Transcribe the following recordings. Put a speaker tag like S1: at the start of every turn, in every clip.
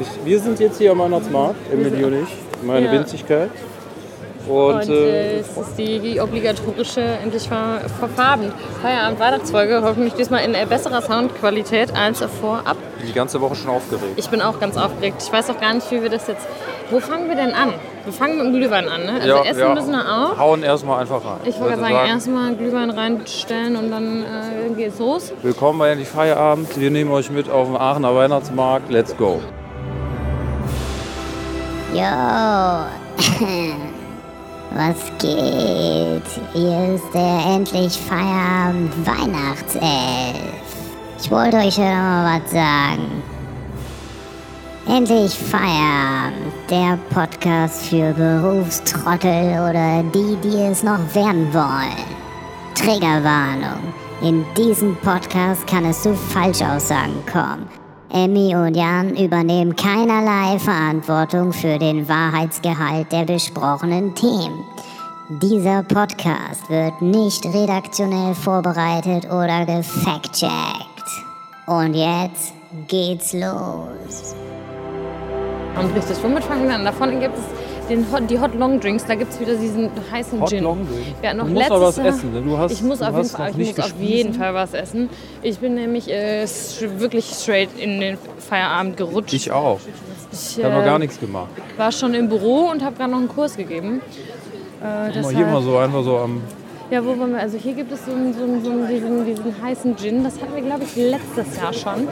S1: Ich, wir sind jetzt hier am Weihnachtsmarkt, Emily und ich, meine
S2: Ja.
S1: Winzigkeit. Und,
S2: Und
S1: äh,
S2: äh, es ist die, die obligatorische, endlich mal verfarben. Feierabend-Weihnachtsfolge, hoffentlich diesmal in äh, besserer Soundqualität als vorab.
S1: bin die ganze Woche schon aufgeregt.
S2: Ich bin auch ganz aufgeregt. Ich weiß auch gar nicht, wie wir das jetzt. Wo fangen wir denn an? Wir fangen mit dem Glühwein an, ne? Also essen müssen wir auch.
S1: Hauen erstmal einfach rein. Also
S2: Ich wollte
S1: Würde
S2: sagen, erstmal Glühwein reinstellen und dann äh, geht's los.
S1: Willkommen bei Endlich Feierabend. Wir nehmen euch mit auf den Aachener Weihnachtsmarkt. Let's go.
S3: Jo, was geht? Hier ist der endlich Feierabend Weihnachtself. Ich wollte euch ja noch mal was sagen. Endlich Feierabend, der Podcast für Berufstrottel oder die, die es noch werden wollen. Triggerwarnung. In diesem Podcast kann es zu Falschaussagen kommen. Emmy und Jan übernehmen keinerlei Verantwortung für den Wahrheitsgehalt der besprochenen Themen. Dieser Podcast wird nicht redaktionell vorbereitet oder gefact-checkt. Und jetzt geht's los.
S2: Und richtig, womit fangen wir an? Davon gibt es den Hot, die Hot Long Drinks. Da gibt es wieder diesen heißen
S1: Hot
S2: Gin.
S1: Long Drink.
S2: Ja, noch
S1: du musst
S2: letztes
S1: aber was
S2: Jahr-
S1: essen. denn Du hast,
S2: Ich muss,
S1: du
S2: auf jeden,
S1: hast
S2: Fall,
S1: noch
S2: ich
S1: nicht
S2: muss auf jeden
S1: gespiesen.
S2: Fall was essen. Ich bin nämlich äh, sch- wirklich straight in den Feierabend gerutscht.
S1: Ich auch.
S2: Ich,
S1: Ich habe noch
S2: äh,
S1: gar nichts gemacht.
S2: war schon im Büro und habe gerade noch einen Kurs gegeben. Äh,
S1: Guck mal,
S2: deshalb-
S1: hier mal so einfach so am.
S2: Ja, wo wollen wir? Also hier gibt es so, einen- so, einen- so einen- diesen, diesen heißen Gin. Das hatten wir, glaube ich, letztes Jahr schon.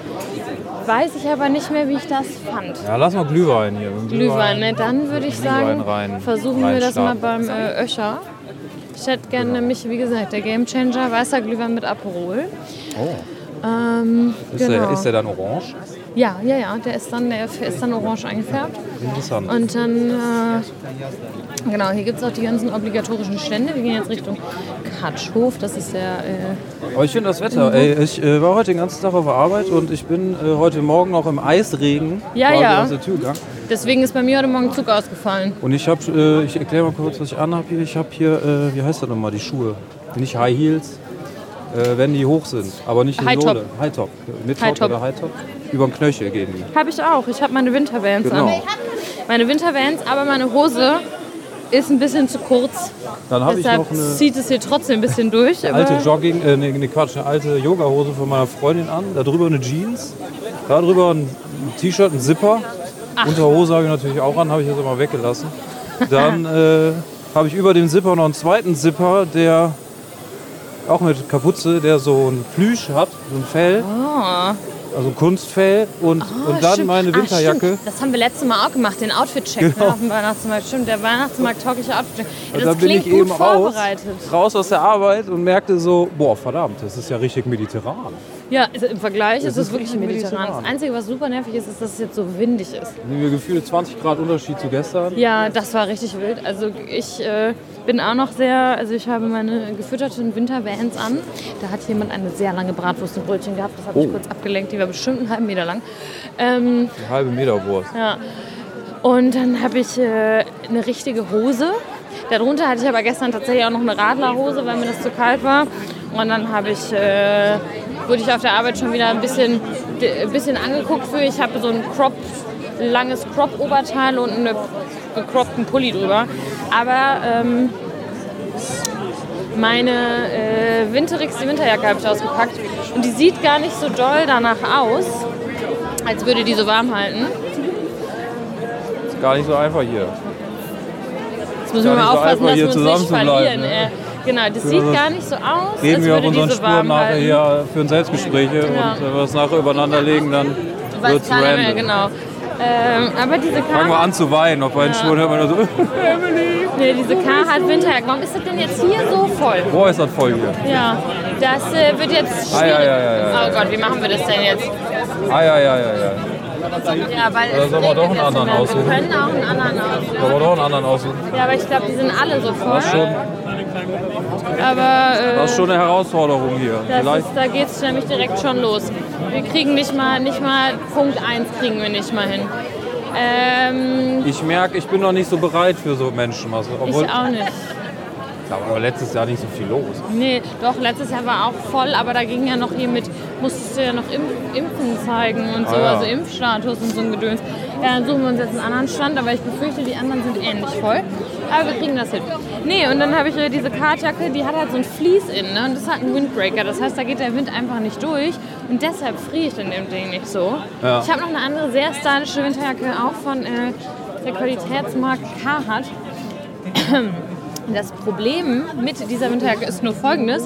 S2: Weiß ich aber nicht mehr, wie ich das fand.
S1: Ja, lass mal Glühwein hier.
S2: Glühwein, ne? dann würde ich
S1: Glühwein
S2: sagen,
S1: rein-
S2: versuchen wir das mal
S1: reinstarten.
S2: beim äh, Öscher. Ich hätte gerne nämlich, wie gesagt, der Gamechanger weißer Glühwein mit Aperol.
S1: Oh.
S2: Ähm,
S1: Ist,
S2: genau.
S1: der, ist der dann orange?
S2: ja, ja, ja, der ist dann, der ist dann orange eingefärbt.
S1: Interessant.
S2: Und dann, äh, genau, hier gibt es auch die ganzen obligatorischen Stände. Wir gehen jetzt Richtung Katschhof, das ist der, äh,
S1: Aber ich finde das Wetter. Ey, ich äh, war heute den ganzen Tag auf der Arbeit und ich bin äh, heute Morgen noch im Eisregen
S2: Ja,
S1: quasi
S2: ja.
S1: aus der Tür gegangen.
S2: deswegen ist bei mir heute Morgen Zug ausgefallen.
S1: Und ich habe, äh, ich erkläre mal kurz, was ich anhabe hier. Ich habe hier, äh, wie heißt das nochmal, die Schuhe. Nicht High Heels, äh, wenn die hoch sind, aber nicht in
S2: High
S1: Sohle. High Top. Mid
S2: High
S1: Top
S2: Top.
S1: oder High Top. Über den Knöchel gehen die.
S2: Habe ich auch, ich habe meine Winterbands an.
S1: Genau.
S2: Meine Winterbands, aber meine Hose ist ein bisschen zu kurz.
S1: Dann habe ich
S2: Deshalb
S1: noch eine
S2: zieht es hier trotzdem ein bisschen durch. Aber
S1: alte Jogging, äh, nee, nee, Quatsch, eine alte Yogahose von meiner Freundin an. Da drüber eine Jeans, da drüber ein T-Shirt, ein Zipper. Unterhose habe ich natürlich auch an, habe ich jetzt aber weggelassen. Dann äh, habe ich über dem Zipper noch einen zweiten Zipper, der auch mit Kapuze, der so ein Plüsch hat, so ein Fell,
S2: oh,
S1: also Kunstfell und,
S2: oh,
S1: und dann
S2: stimmt.
S1: meine
S2: Ah,
S1: Winterjacke.
S2: stimmt. das haben wir letztes Mal auch gemacht, den Outfit-Check
S1: Genau.
S2: ne, auf dem Weihnachtsmarkt. Stimmt, der Weihnachtsmarkt-taugliche Outfit-Check.
S1: Und
S2: Ja, Das
S1: dann bin
S2: klingt
S1: ich
S2: gut
S1: eben raus,
S2: vorbereitet.
S1: raus aus der Arbeit und merkte so, boah verdammt, das ist ja richtig mediterran.
S2: Ja, also im Vergleich ist
S1: ist
S2: es wirklich
S1: richtig
S2: mediterran. Das
S1: mediterran.
S2: Einzige, was super nervig ist, ist, dass es jetzt so windig ist.
S1: Nehmen wir gefühlt 20 Grad Unterschied zu gestern.
S2: Ja, das war richtig wild. Also ich äh, bin auch noch sehr, also ich habe meine gefütterten Wintervans an. Da hat jemand eine sehr lange Bratwurst und Brötchen gehabt. Das hat mich
S1: Oh.
S2: kurz abgelenkt. Die war bestimmt einen halben Meter lang. Ähm,
S1: Eine halbe Meter Wurst.
S2: Ja. Und dann habe ich äh, eine richtige Hose. Darunter hatte ich aber gestern tatsächlich auch noch eine Radlerhose, weil mir das zu kalt war. Und dann habe ich, äh, wurde ich auf der Arbeit schon wieder ein bisschen, d- ein bisschen angeguckt für. Ich habe so ein Crop, langes Crop-Oberteil und einen gecroppten Pulli drüber. Aber ähm, meine äh, Winterix, die Winterjacke habe ich ausgepackt. Und die sieht gar nicht so doll danach aus, als würde die so warm halten.
S1: Ist gar nicht so einfach hier.
S2: Jetzt müssen
S1: Gar
S2: wir mal
S1: nicht so
S2: aufpassen,
S1: einfach,
S2: dass
S1: hier
S2: wir uns nicht
S1: zusammenzubleiben,
S2: verlieren.
S1: ne?
S2: äh, Genau, das
S1: Ja,
S2: sieht
S1: das
S2: gar nicht so aus,
S1: Reden
S2: als
S1: wir auf
S2: würde
S1: unseren
S2: die so
S1: Spuren
S2: warm
S1: nachher
S2: halten.
S1: hier, führen Selbstgespräche
S2: Ja.
S1: und wenn wir es nachher übereinander legen, dann wird
S2: Weiß
S1: es
S2: keiner
S1: random.
S2: mehr, genau. Ähm, aber diese
S1: Fangen wir
S2: Karte,
S1: an zu weinen, auf beiden Spuren hört man nur so,
S2: nee, diese Carhartt Winterjacke, warum ist das denn jetzt hier so voll?
S1: boah ist das voll hier.
S2: Ja, das äh, wird jetzt
S1: Ei, ei,
S2: schwierig.
S1: ei, ei,
S2: Oh Gott, wie machen wir das denn jetzt?
S1: Ah, ja, ja, ja, ja.
S2: Ja, weil
S1: Oder
S2: es
S1: sollen wir doch
S2: regnet
S1: einen
S2: jetzt
S1: anderen
S2: immer.
S1: aussuchen?
S2: Wir können auch einen anderen aussuchen.
S1: Aber doch einen anderen aussuchen.
S2: Ja, aber ich glaube, die sind alle so voll.
S1: Das ist schon,
S2: Aber äh,
S1: das ist schon eine Herausforderung hier.
S2: Das
S1: Vielleicht
S2: ist, da geht es nämlich direkt schon los. Wir kriegen nicht mal, nicht mal Punkt 1 kriegen wir nicht mal hin. Ähm,
S1: Ich merke, ich bin noch nicht so bereit für so Menschenmassen.
S2: ich
S1: Obwohl,
S2: auch nicht.
S1: da war aber letztes Jahr nicht so viel los.
S2: Nee, doch, letztes Jahr war auch voll, aber da ging ja noch hier mit, musstest du ja noch Imp Impfen zeigen und so,
S1: Ah, ja.
S2: also Impfstatus und so ein Gedöns. Dann suchen wir uns jetzt einen anderen Stand, aber ich befürchte, die anderen sind ähnlich voll. Aber wir kriegen das hin. Nee, und dann habe ich äh, diese Kartjacke, die hat halt so ein Vlies innen ne? und das hat einen Windbreaker. Das heißt, da geht der Wind einfach nicht durch und deshalb friere ich in dem Ding nicht so.
S1: Ja.
S2: Ich habe noch eine andere sehr stylische Winterjacke, auch von äh, der Qualitätsmarke Carhartt. Das Problem mit dieser Winterjacke ist nur folgendes.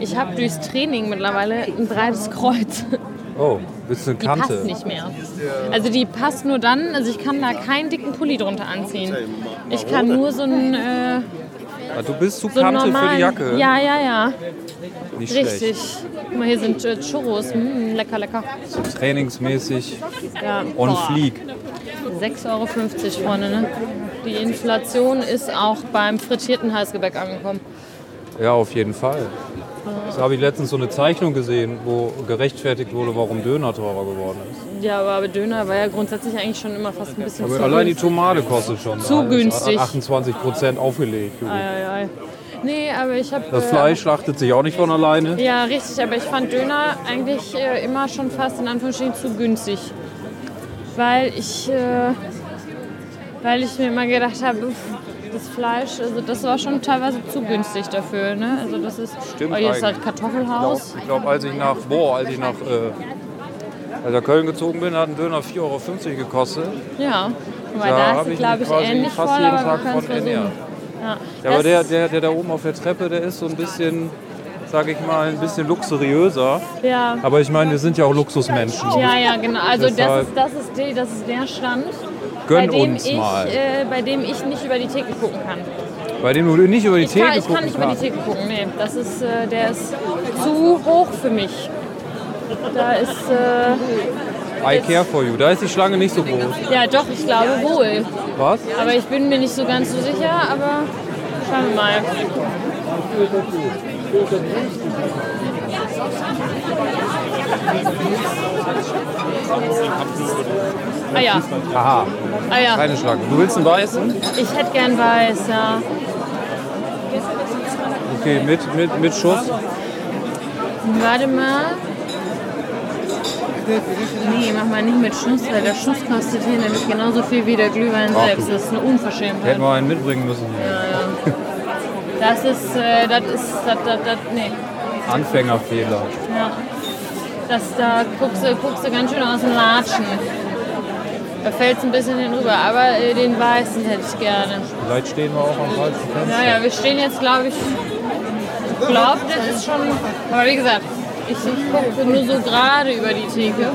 S2: Ich habe durchs Training mittlerweile ein breites Kreuz.
S1: Oh, willst du eine
S2: Die
S1: Kante?
S2: passt nicht mehr. Also die passt nur dann, also ich kann da keinen dicken Pulli drunter anziehen. Ich kann nur so einen, äh,
S1: Ah, du bist zu
S2: so einen
S1: Kante
S2: normalen.
S1: für die Jacke.
S2: Ja, ja, ja.
S1: nicht
S2: Richtig.
S1: schlecht.
S2: Guck mal, hier sind äh, Churros. Mm, lecker, lecker.
S1: So trainingsmäßig
S2: Ja.
S1: on
S2: Boah.
S1: fleek.
S2: 6,50 Euro, Freunde. Ne? Die Inflation ist auch beim frittierten Heißgebäck angekommen.
S1: Ja, auf jeden Fall. Da habe ich letztens so eine Zeichnung gesehen, wo gerechtfertigt wurde, warum Döner teurer geworden ist.
S2: Ja, aber Döner war ja grundsätzlich eigentlich schon immer fast ein bisschen
S1: Aber
S2: zu
S1: allein die
S2: günstig.
S1: Tomate kostet schon.
S2: Zu
S1: alles.
S2: günstig.
S1: 28 Prozent aufgelegt. Juli.
S2: Ei, ei, ei. Nee, aber ich äh, habe...
S1: Das Fleisch schlachtet sich auch nicht von alleine.
S2: Ja, richtig, aber ich fand Döner eigentlich äh, immer schon fast in Anführungsstrichen zu günstig. Weil ich, äh, weil ich mir immer gedacht habe, uff, das Fleisch, also das war schon teilweise zu günstig dafür. Ne? Also das ist,
S1: Stimmt
S2: oh, hier ist halt
S1: eigentlich.
S2: Kartoffelhaus.
S1: Ich glaube, als ich nach, boah, als ich nach äh, als ich nach Köln gezogen bin, hat ein Döner 4,50 Euro gekostet.
S2: Ja,
S1: Genau.
S2: aber
S1: Da
S2: da
S1: hab
S2: ist es,
S1: ich
S2: glaube
S1: mich
S2: ich,
S1: quasi
S2: ähnlich voll,
S1: fast jeden
S2: aber
S1: Tag
S2: wir können es
S1: von NR.
S2: versuchen. Ja,
S1: Ja, aber
S2: das
S1: der,
S2: ist-
S1: der, der da oben auf der Treppe, der ist so ein bisschen, sag ich mal, ein bisschen luxuriöser.
S2: ja.
S1: Aber ich meine, wir sind ja auch Luxusmenschen.
S2: Ja, ja, genau. Also das
S1: Deshalb-
S2: ist, das, ist die, das ist der Stand, bei
S1: Gönn
S2: dem,
S1: uns
S2: ich,
S1: mal.
S2: äh, bei dem ich nicht über die Theke gucken kann.
S1: Bei dem du nicht über die
S2: Ich kann,
S1: Theke
S2: ich kann
S1: gucken
S2: nicht über die Theke gucken, nee. Das ist, äh, der ist zu hoch für mich. Da ist, äh,
S1: I care for you. Da ist die Schlange nicht so groß.
S2: ja doch, ich glaube wohl.
S1: Was?
S2: Aber ich bin mir nicht so ganz so sicher, aber schauen wir mal. Ah ja,
S1: Aha,
S2: ah ja.
S1: keine Schlange. Du willst einen weißen?
S2: Ich hätte gern weiß, ja.
S1: Okay, mit, mit, mit Schuss.
S2: Warte mal. Nee, mach mal nicht mit Schuss, weil der Schuss kostet hier nämlich genauso viel wie der Glühwein
S1: Ach du.
S2: selbst. Das ist eine Unverschämtheit.
S1: Hätten wir einen mitbringen müssen. hier.
S2: Das ist, äh, das ist, das, das, das, nee.
S1: Anfängerfehler.
S2: Ja. Das, da guckst du, guckst du ganz schön aus dem Latschen. Da fällt es ein bisschen hinüber, aber äh, den weißen hätte ich gerne.
S1: Vielleicht stehen wir auch am falschen Fenster.
S2: Naja, wir stehen jetzt, glaube ich, ich glaube, das ist schon, aber wie gesagt, ich, ich gucke nur so gerade über die Theke.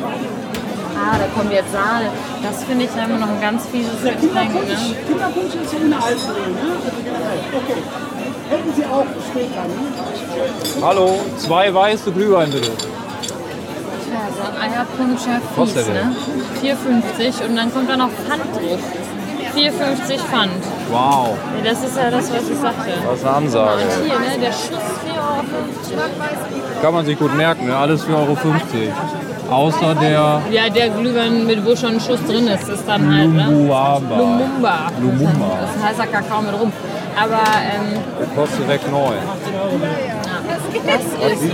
S2: Ah, da kommt jetzt Sahne. Das finde ich einfach noch ein ganz fieses Getränk. Ne?
S4: Kinderpunsch ist ja eine Alkohol, ne? Also generell. Okay. Hätten Sie auch später, ne?
S1: Hallo, zwei weiße Glühwein bitte.
S2: Ja, so ein Eierpunsch, ja, fies,
S1: Kostet der
S2: ne? 4,50 und dann kommt da noch Pfand drauf. 4,50 Pfand.
S1: Wow,
S2: Ja, Das ist ja das, was ich sagte.
S1: das ist eine Ansage.
S2: Und hier, ne, der Schuss 4,50
S1: Kann man sich gut merken, ne? alles 4,50 Euro. Außer der
S2: Ja, der Glühwein, mit wo schon ein Schuss drin ist, ist dann halt, ne?
S1: Luamba.
S2: Lumumba.
S1: Lumumba.
S2: Das ist heißer Kakao mit rum. Aber ähm,
S1: Der kostet direkt neu.
S2: das ist.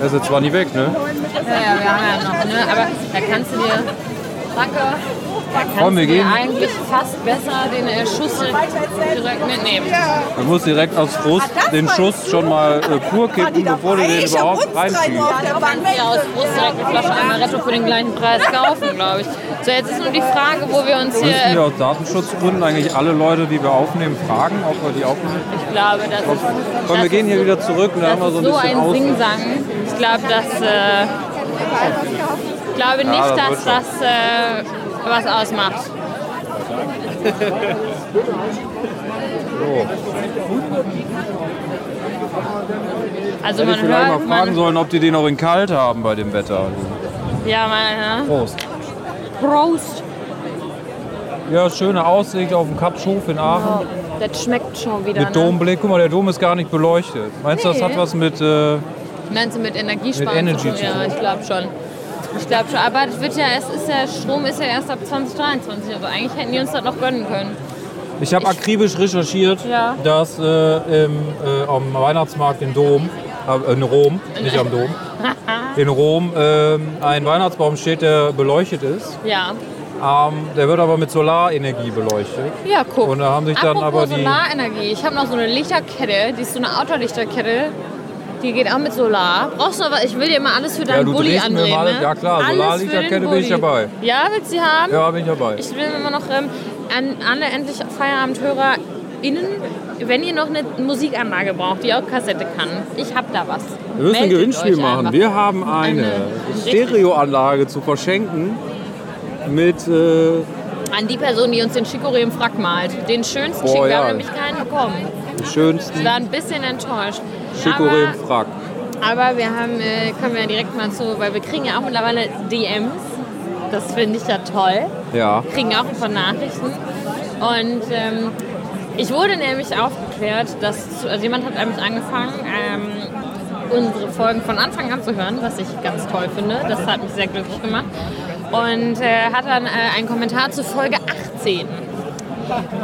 S1: Der ist jetzt zwar nicht weg, ne?
S2: Ja, ja, wir haben ja noch, ne? Aber da kannst du dir. Danke. Da kannst
S1: Komm, wir
S2: du dir
S1: gehen.
S2: eigentlich fast besser den äh, Schuss direkt mitnehmen.
S1: Du musst direkt aus Frust den Schuss schon mal äh, pur kippen, bevor du den überhaupt reinschiebst.
S2: Ja, aus Brust direkt eine Flasche Amaretto für den gleichen Preis kaufen, glaube ich. So, jetzt ist nur die Frage, wo wir uns hier. äh,
S1: Müssen wir aus Datenschutzgründen eigentlich alle Leute, die wir aufnehmen, fragen, ob wir die aufnehmen?
S2: Ich glaube, das ist.
S1: Komm,
S2: das
S1: wir gehen
S2: ist
S1: hier
S2: so-
S1: wieder zurück und
S2: Das
S1: dann haben wir
S2: ist
S1: so
S2: so
S1: ein bisschen
S2: ein
S1: aus.
S2: Singsang. Ich glaube, dass. Äh, ich glaube nicht,
S1: das wird
S2: dass
S1: schon.
S2: das äh, was ausmacht. Also
S1: Hätte ich
S2: man
S1: vielleicht mal
S2: hört,
S1: fragen
S2: man,
S1: sollen, ob die den auch in kalt haben bei dem Wetter. Also,
S2: ja, man, ne?
S1: Prost.
S2: Prost.
S1: Ja, schöne Aussicht auf dem Kapschhof in Aachen
S2: Das schmeckt schon wieder. ne?
S1: mit Domblick. Guck mal, der Dom ist gar nicht beleuchtet. Meinst du, das
S2: Nee.
S1: hat was mit... Äh,
S2: Ne? Meinst du mit Energiesparen?
S1: Mit Energy
S2: zu tun?
S1: zu tun.
S2: Ja, ich glaube schon. Ich glaube schon. Aber es wird ja, es ist ja, Strom ist ja erst ab 2023. Also eigentlich hätten die uns das noch gönnen können.
S1: Ich habe akribisch recherchiert,
S2: Ja.
S1: dass äh, im, äh, am Weihnachtsmarkt in Dom, äh, in Rom, nicht am Dom, in Rom ähm, ein Weihnachtsbaum steht, der beleuchtet ist.
S2: Ja.
S1: Ähm, der wird aber mit Solarenergie beleuchtet.
S2: Ja, guck.
S1: Und da haben sich dann
S2: Apropos
S1: aber die-
S2: Solarenergie. Ich habe noch so eine Lichterkette, die ist so eine Outdoor-Lichterkette. Die geht auch mit Solar. Brauchst du noch was? Ich will dir mal alles für deinen
S1: du
S2: Bulli
S1: drehst mir
S2: andrehen.
S1: mal-
S2: ne?
S1: ja, klar,
S2: Alles für
S1: Solarlichterkette
S2: den
S1: bin ich
S2: Bulli.
S1: dabei.
S2: Ja, willst du die haben?
S1: Ja, bin ich dabei.
S2: Ich will immer noch ähm, an alle endlich FeierabendhörerInnen, wenn ihr noch eine Musikanlage braucht, die auch Kassette kann. Ich hab da was.
S1: Wir müssen ein
S2: Meldet
S1: Gewinnspiel
S2: euch
S1: machen.
S2: einfach.
S1: Wir haben eine,
S2: Eine-
S1: Stereoanlage zu verschenken mit äh,
S2: An die Person, die uns den Chicoré im Frack malt. Den schönsten
S1: Boah,
S2: Chicoré. Wir
S1: ja.
S2: haben nämlich keinen bekommen.
S1: dem schönsten
S2: Ich war ein bisschen enttäuscht.
S1: Chicoré im Frack.
S2: Aber wir haben, äh, können wir ja direkt mal zu, weil wir kriegen ja auch mittlerweile DMs. Das finde ich ja toll.
S1: Ja.
S2: Kriegen auch von Nachrichten. Und ähm, ich wurde nämlich aufgeklärt, dass also jemand hat nämlich angefangen, ähm, unsere Folgen von Anfang an zu hören, was ich ganz toll finde. Das hat mich sehr glücklich gemacht. Und äh, hat dann äh, einen Kommentar zu Folge 18.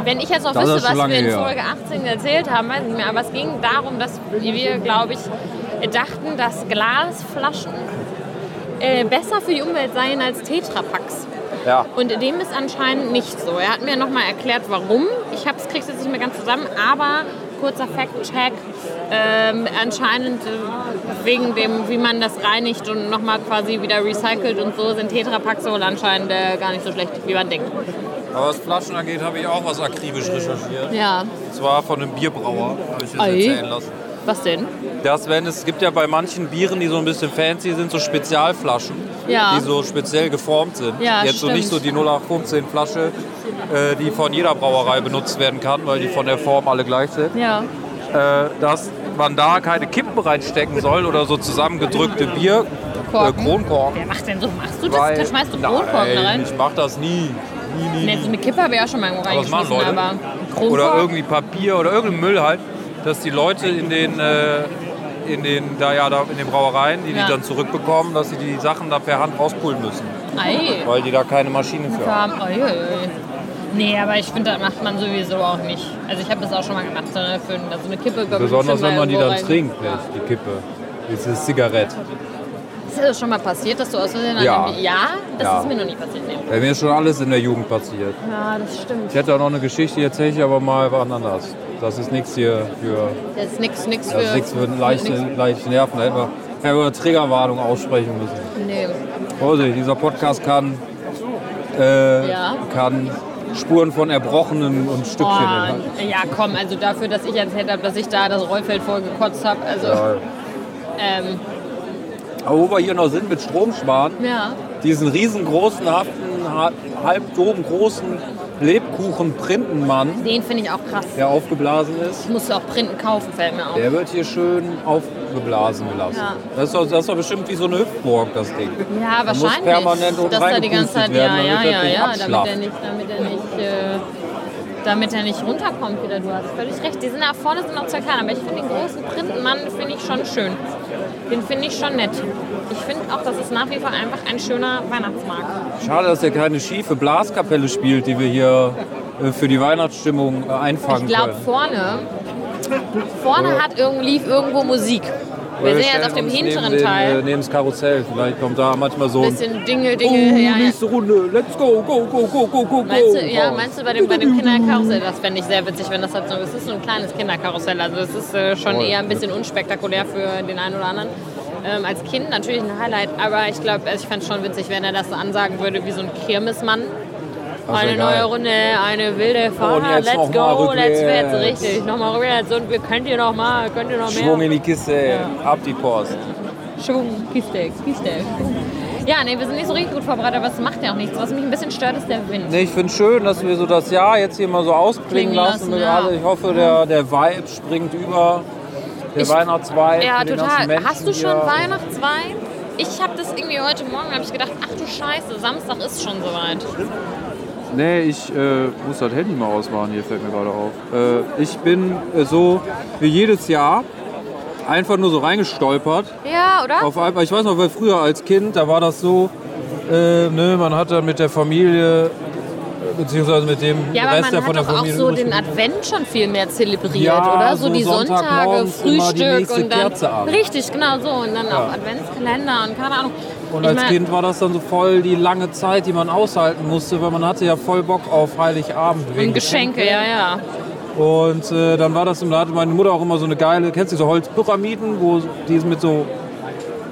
S2: Wenn ich jetzt noch
S1: Das ist
S2: wüsste,
S1: schon
S2: was
S1: lange
S2: wir in
S1: her.
S2: Folge 18 erzählt haben, weiß ich nicht mehr. Aber es ging darum, dass wir, glaube ich, dachten, dass Glasflaschen äh, besser für die Umwelt seien als Tetrapacks.
S1: Ja.
S2: Und dem ist anscheinend nicht so. Er hat mir nochmal erklärt, warum. Ich hab's, krieg's jetzt nicht mehr ganz zusammen, aber kurzer Fact-Check. Ähm, anscheinend äh, wegen dem, wie man das reinigt und nochmal quasi wieder recycelt und so, sind Tetrapacks wohl anscheinend äh, gar nicht so schlecht, wie man denkt.
S1: Aber was Flaschen angeht, habe ich auch was akribisch recherchiert.
S2: Ja,
S1: Und zwar von einem Bierbrauer, habe ich das
S2: Ei.
S1: erzählen lassen.
S2: was denn?
S1: Das, wenn es gibt ja bei manchen Bieren, die so ein bisschen fancy sind, so Spezialflaschen,
S2: Ja.
S1: die so speziell geformt sind.
S2: Ja,
S1: Jetzt so nicht so die
S2: stimmt.
S1: 0815 Flasche, äh, die von jeder Brauerei benutzt werden kann, weil die von der Form alle gleich sind.
S2: Ja.
S1: äh, dass man da keine Kippen reinstecken soll oder so zusammengedrückte Bier, äh,
S2: Korken. Wer
S1: Kronkorken.
S2: macht denn so? Machst du das?
S1: weil-
S2: Du schmeißt du Kronkorken da
S1: Nein,
S2: rein?
S1: Ich mach das nie. nie, nie,
S2: Ne,
S1: nie.
S2: so eine Kippe habe ich auch schon mal irgendwo
S1: Aber das machen
S2: reingeschmissen,
S1: Leute.
S2: aber Kronkorken?
S1: Oder irgendwie Papier oder irgendein Müll halt, dass die Leute in den, äh, in den, da, ja, da, in den Brauereien, die
S2: Ja.
S1: die dann zurückbekommen, dass sie die Sachen da per Hand rauspulen müssen,
S2: Ei.
S1: weil die da keine Maschine für haben.
S2: Farm. Uiuiui. Nee, aber ich finde, das macht man sowieso auch nicht. Also ich habe das auch schon mal gemacht, sondern für da so eine Kippe über
S1: Besonders
S2: schon mal
S1: wenn man die
S2: irgendwo
S1: dann
S2: rein-
S1: trinkt, nicht, die Kippe. Das ist Zigarette.
S2: Ist dir das schon mal passiert, dass du aus Versehen an
S1: Ja.
S2: dem- Ja, das
S1: Ja.
S2: ist mir noch nie passiert. Nee.
S1: Ja, mir ist schon alles in der Jugend passiert.
S2: Ja, das stimmt.
S1: Ich hätte auch noch eine Geschichte, die erzähle ich aber mal wann anders. Das ist nichts hier für,
S2: Das ist nix, nix für.
S1: das ist nichts für leichte,
S2: nix-
S1: leichte Nerven. Da hätten wir, hätten wir eine Triggerwarnung aussprechen müssen.
S2: Nee.
S1: Vorsicht, dieser Podcast kann, äh,
S2: Ja.
S1: kann Spuren von Erbrochenen und Stückchen
S2: Oh,
S1: enthalten.
S2: ja, komm, also dafür, dass ich erzählt habe, dass ich da das Rollfeld voll gekotzt habe. Also,
S1: Ja.
S2: ähm,
S1: Aber wo wir hier noch sind mit Stromsparen,
S2: ja.
S1: diesen riesengroßen, haften, ha- halb doben großen Lebkuchen-Printenmann,
S2: Den finde ich auch krass.
S1: der aufgeblasen ist.
S2: Ich musste auch Printen kaufen, fällt mir auf.
S1: Der wird hier schön aufgeblasen gelassen.
S2: Ja.
S1: Das, ist doch, das ist doch bestimmt wie so eine Hüpfburg, das Ding.
S2: Ja,
S1: muss
S2: wahrscheinlich.
S1: permanent unten
S2: dass da die ganze Zeit,
S1: reingepustet werden,
S2: ja, ja,
S1: damit
S2: ja,
S1: das
S2: ja,
S1: Ding
S2: damit er
S1: abschlafft.
S2: nicht, damit er nicht, äh, damit er nicht runterkommt wieder. Du hast völlig recht. Die sind nach vorne sind noch zwei klein, aber ich finde den großen Printenmann finde ich schon schön. Den finde ich schon nett. Ich finde auch, das ist nach wie vor einfach ein schöner Weihnachtsmarkt.
S1: Schade, dass er keine schiefe Blaskapelle spielt, die wir hier äh, für die Weihnachtsstimmung äh, einfangen
S2: Ich glaube
S1: können.
S2: vorne, vorne hat irgend, lief irgendwo Musik. Wir
S1: Oder
S2: sind jetzt
S1: stellen
S2: auf dem
S1: uns
S2: hinteren
S1: neben den,
S2: Teil.
S1: Äh, neben das Karussell. Vielleicht kommt da manchmal so ein
S2: Bisschen Dingle,
S1: Oh,
S2: Dingle. ja, ja.
S1: nächste Runde, let's go, go, go, go, go, go,
S2: Meinst
S1: go.
S2: du, ja, meinst du bei dem, bei dem Kinderkarussell, das fände ich sehr witzig, wenn das halt so ist. Es ist so ein kleines Kinderkarussell, also es ist äh, schon
S1: Voll.
S2: eher ein bisschen unspektakulär für den einen oder anderen. Ähm, als Kind natürlich ein Highlight, aber ich glaube, also ich fände es schon witzig, wenn er das so ansagen würde wie so ein Kirmesmann.
S1: Das wär
S2: Eine
S1: geil.
S2: neue Runde, eine wilde Fahrt,
S1: Oh, Und jetzt
S2: let's
S1: noch
S2: go,
S1: mal
S2: let's
S1: rückwärts.
S2: fährt's richtig. Nochmal rückwärts und wir könnt ihr noch mal, könnt ihr noch mehr.
S1: Schwung in die Kiste, ab die Post.
S2: Schwung, Kiste, Kiste. Ja, nee, wir sind nicht so richtig gut vorbereitet, aber es macht ja auch nichts. Was mich ein bisschen stört, ist der Wind.
S1: Nee, ich finde schön, dass wir so das Jahr jetzt hier mal so ausklingen
S2: Klingen lassen,
S1: lassen. mit
S2: ja.
S1: alle. Ich hoffe, der, der Vibe springt über. Der
S2: Ich-
S1: Weihnachtsvibe.
S2: Ja,
S1: mit Äh, den ganzen
S2: total.
S1: Menschen
S2: Hast du schon
S1: hier.
S2: Weihnachtswein? Ich habe das irgendwie heute Morgen, habe ich gedacht, ach du Scheiße, Samstag ist schon soweit.
S1: Nee, ich äh, muss das Handy mal ausmachen, hier fällt mir gerade auf. Äh, ich bin äh, so wie jedes Jahr einfach nur so reingestolpert.
S2: Ja, oder?
S1: Auf einmal, ich weiß noch, weil früher als Kind, da war das so, äh, ne, man hat dann mit der Familie beziehungsweise mit dem
S2: Ja, aber
S1: Rest, der
S2: man
S1: von
S2: hat
S1: der
S2: doch auch
S1: Familie
S2: so
S1: übrig
S2: den
S1: geblieben
S2: Advent schon viel mehr zelebriert,
S1: Ja,
S2: oder? So,
S1: so
S2: die Sonntage,
S1: Sonntagmorgens immer die
S2: Frühstück
S1: nächste
S2: und dann.
S1: Kerze an.
S2: Richtig, genau so. Und dann auch Adventskalender und keine Ahnung.
S1: Und
S2: Ich
S1: als
S2: mein,
S1: Kind war das dann so voll die lange Zeit, die man aushalten musste, weil man hatte ja voll Bock auf Heiligabend wegen
S2: Und Geschenke, ja, ja.
S1: Und äh, dann war das, im- da hatte meine Mutter auch immer so eine geile, kennst du diese Holzpyramiden, wo die ist mit so,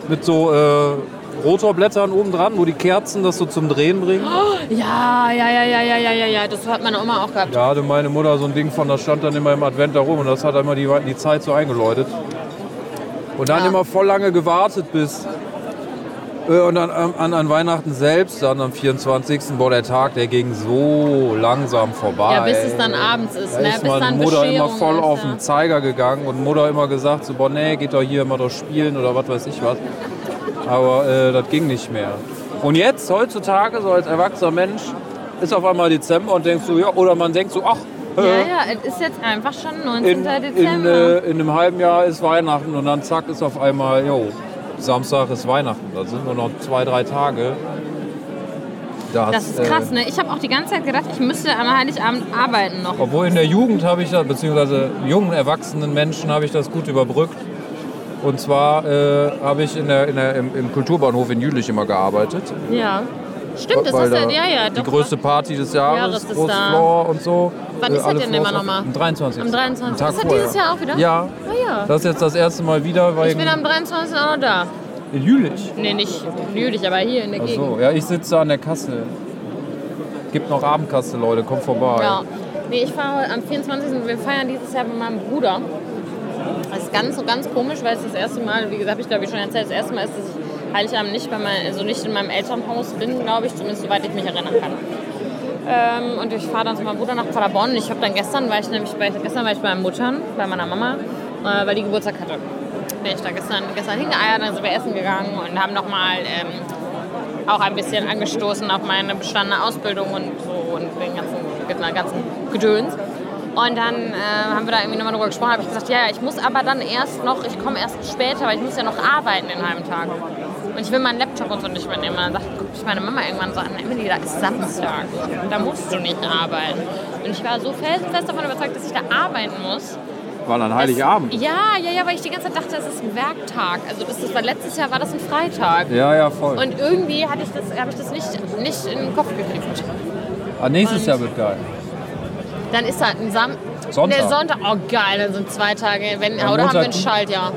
S1: mit so äh, Rotorblättern oben dran, wo die Kerzen das so zum Drehen bringen.
S2: Ja, ja, ja, ja, ja, ja, ja, ja. Das hat meine Oma auch gehabt.
S1: Da hatte meine Mutter so ein Ding von, das stand dann immer im Advent da rum und das hat immer die, die Zeit so eingeläutet. Und dann
S2: Ja.
S1: immer voll lange gewartet bis. äh, Und dann ähm, an, an Weihnachten selbst, dann am 24. Boah, der Tag, der ging so langsam vorbei.
S2: Ja, bis es dann abends ist,
S1: Da
S2: ne?
S1: ist
S2: Bis
S1: meine
S2: dann
S1: Mutter immer
S2: Bescherung
S1: voll
S2: ist,
S1: auf
S2: ja.
S1: den Zeiger gegangen und Mutter immer gesagt, so, boah, nee, geht doch hier immer doch spielen oder was weiß ich was. Aber äh, das ging nicht mehr. Und jetzt, heutzutage, so als erwachsener Mensch, ist auf einmal Dezember und denkst du, ja, oder man denkt so, ach, äh,
S2: Ja, ja, es ist jetzt einfach schon 19.
S1: in, in,
S2: Dezember.
S1: äh, in einem halben Jahr ist Weihnachten und dann zack ist auf einmal, jo, Samstag ist Weihnachten. Da sind nur noch zwei, drei Tage.
S2: das ist krass,
S1: äh,
S2: ne? Ich habe auch die ganze Zeit gedacht, ich müsste am Heiligabend arbeiten noch.
S1: Obwohl in der Jugend habe ich das, beziehungsweise jungen, erwachsenen Menschen habe ich das gut überbrückt. Und zwar äh, habe ich in der, in der, im, im Kulturbahnhof in Jülich immer gearbeitet.
S2: Ja. Stimmt, das
S1: weil
S2: ist ja,
S1: da
S2: ja, ja.
S1: die
S2: doch,
S1: größte Party des
S2: Ja,
S1: Jahres,
S2: das ist
S1: großes
S2: da.
S1: Floor und so.
S2: Wann ist das
S1: alle
S2: denn
S1: Floors
S2: immer
S1: auf-
S2: nochmal?
S1: Am 23.
S2: Am 23..
S1: Tag
S2: Ist das
S1: vorher.
S2: dieses Jahr auch wieder?
S1: Ja.
S2: Ah, ja.
S1: Das ist jetzt das erste Mal wieder, weil
S2: Ich bin am 23. auch noch da.
S1: in Jülich.
S2: Nee, nicht Jülich, aber hier in der
S1: Ach
S2: Gegend.
S1: so, ja, ich sitze an der Kasse. Gibt noch Abendkasse, Leute, kommt vorbei.
S2: Ja. Nee, ich fahre am 24. Wir feiern dieses Jahr mit meinem Bruder. Das ist ganz, ganz komisch, weil es das erste Mal, wie gesagt, ich glaube, ich schon erzählt, das erste Mal ist, dass ich Heiligabend nicht, bei mein, also nicht in meinem Elternhaus bin, glaube ich, zumindest soweit ich mich erinnern kann. Ähm, und ich fahre dann zu meinem Bruder nach Paderborn. Ich habe dann gestern, war ich nämlich bei, gestern war ich bei meinen Muttern, bei meiner Mama, äh, weil die Geburtstag hatte. Bin ich da gestern, gestern hingeeiert, dann sind wir essen gegangen und haben nochmal ähm, auch ein bisschen angestoßen auf meine bestandene Ausbildung und so und den ganzen, den ganzen Gedöns. Und dann äh, haben wir da irgendwie nochmal drüber gesprochen. habe ich gesagt, ja, ja, ich muss aber dann erst noch, ich komme erst später, weil ich muss ja noch arbeiten den halben Tag. Und ich will meinen Laptop und so nicht mitnehmen. Und dann sagt, guckt mich meine Mama irgendwann so an, Emily, da ist Samstag. Da musst du nicht arbeiten. Und ich war so felsenfest davon überzeugt, dass ich da arbeiten muss.
S1: War dann Heiligabend.
S2: Ja, ja, ja, weil ich die ganze Zeit dachte, das ist ein Werktag. Also das ist, weil letztes Jahr war das ein Freitag.
S1: Ja, ja, voll.
S2: Und irgendwie hatte ich das, habe ich das nicht, nicht in den Kopf gekriegt.
S1: ah, nächstes Jahr wird geil.
S2: Dann ist halt ein Sam
S1: Sonntag.
S2: Nee, Sonntag. Oh geil, dann sind zwei Tage. Wenn, oder
S1: Am
S2: haben wir ein
S1: Montag-
S2: Schaltjahr?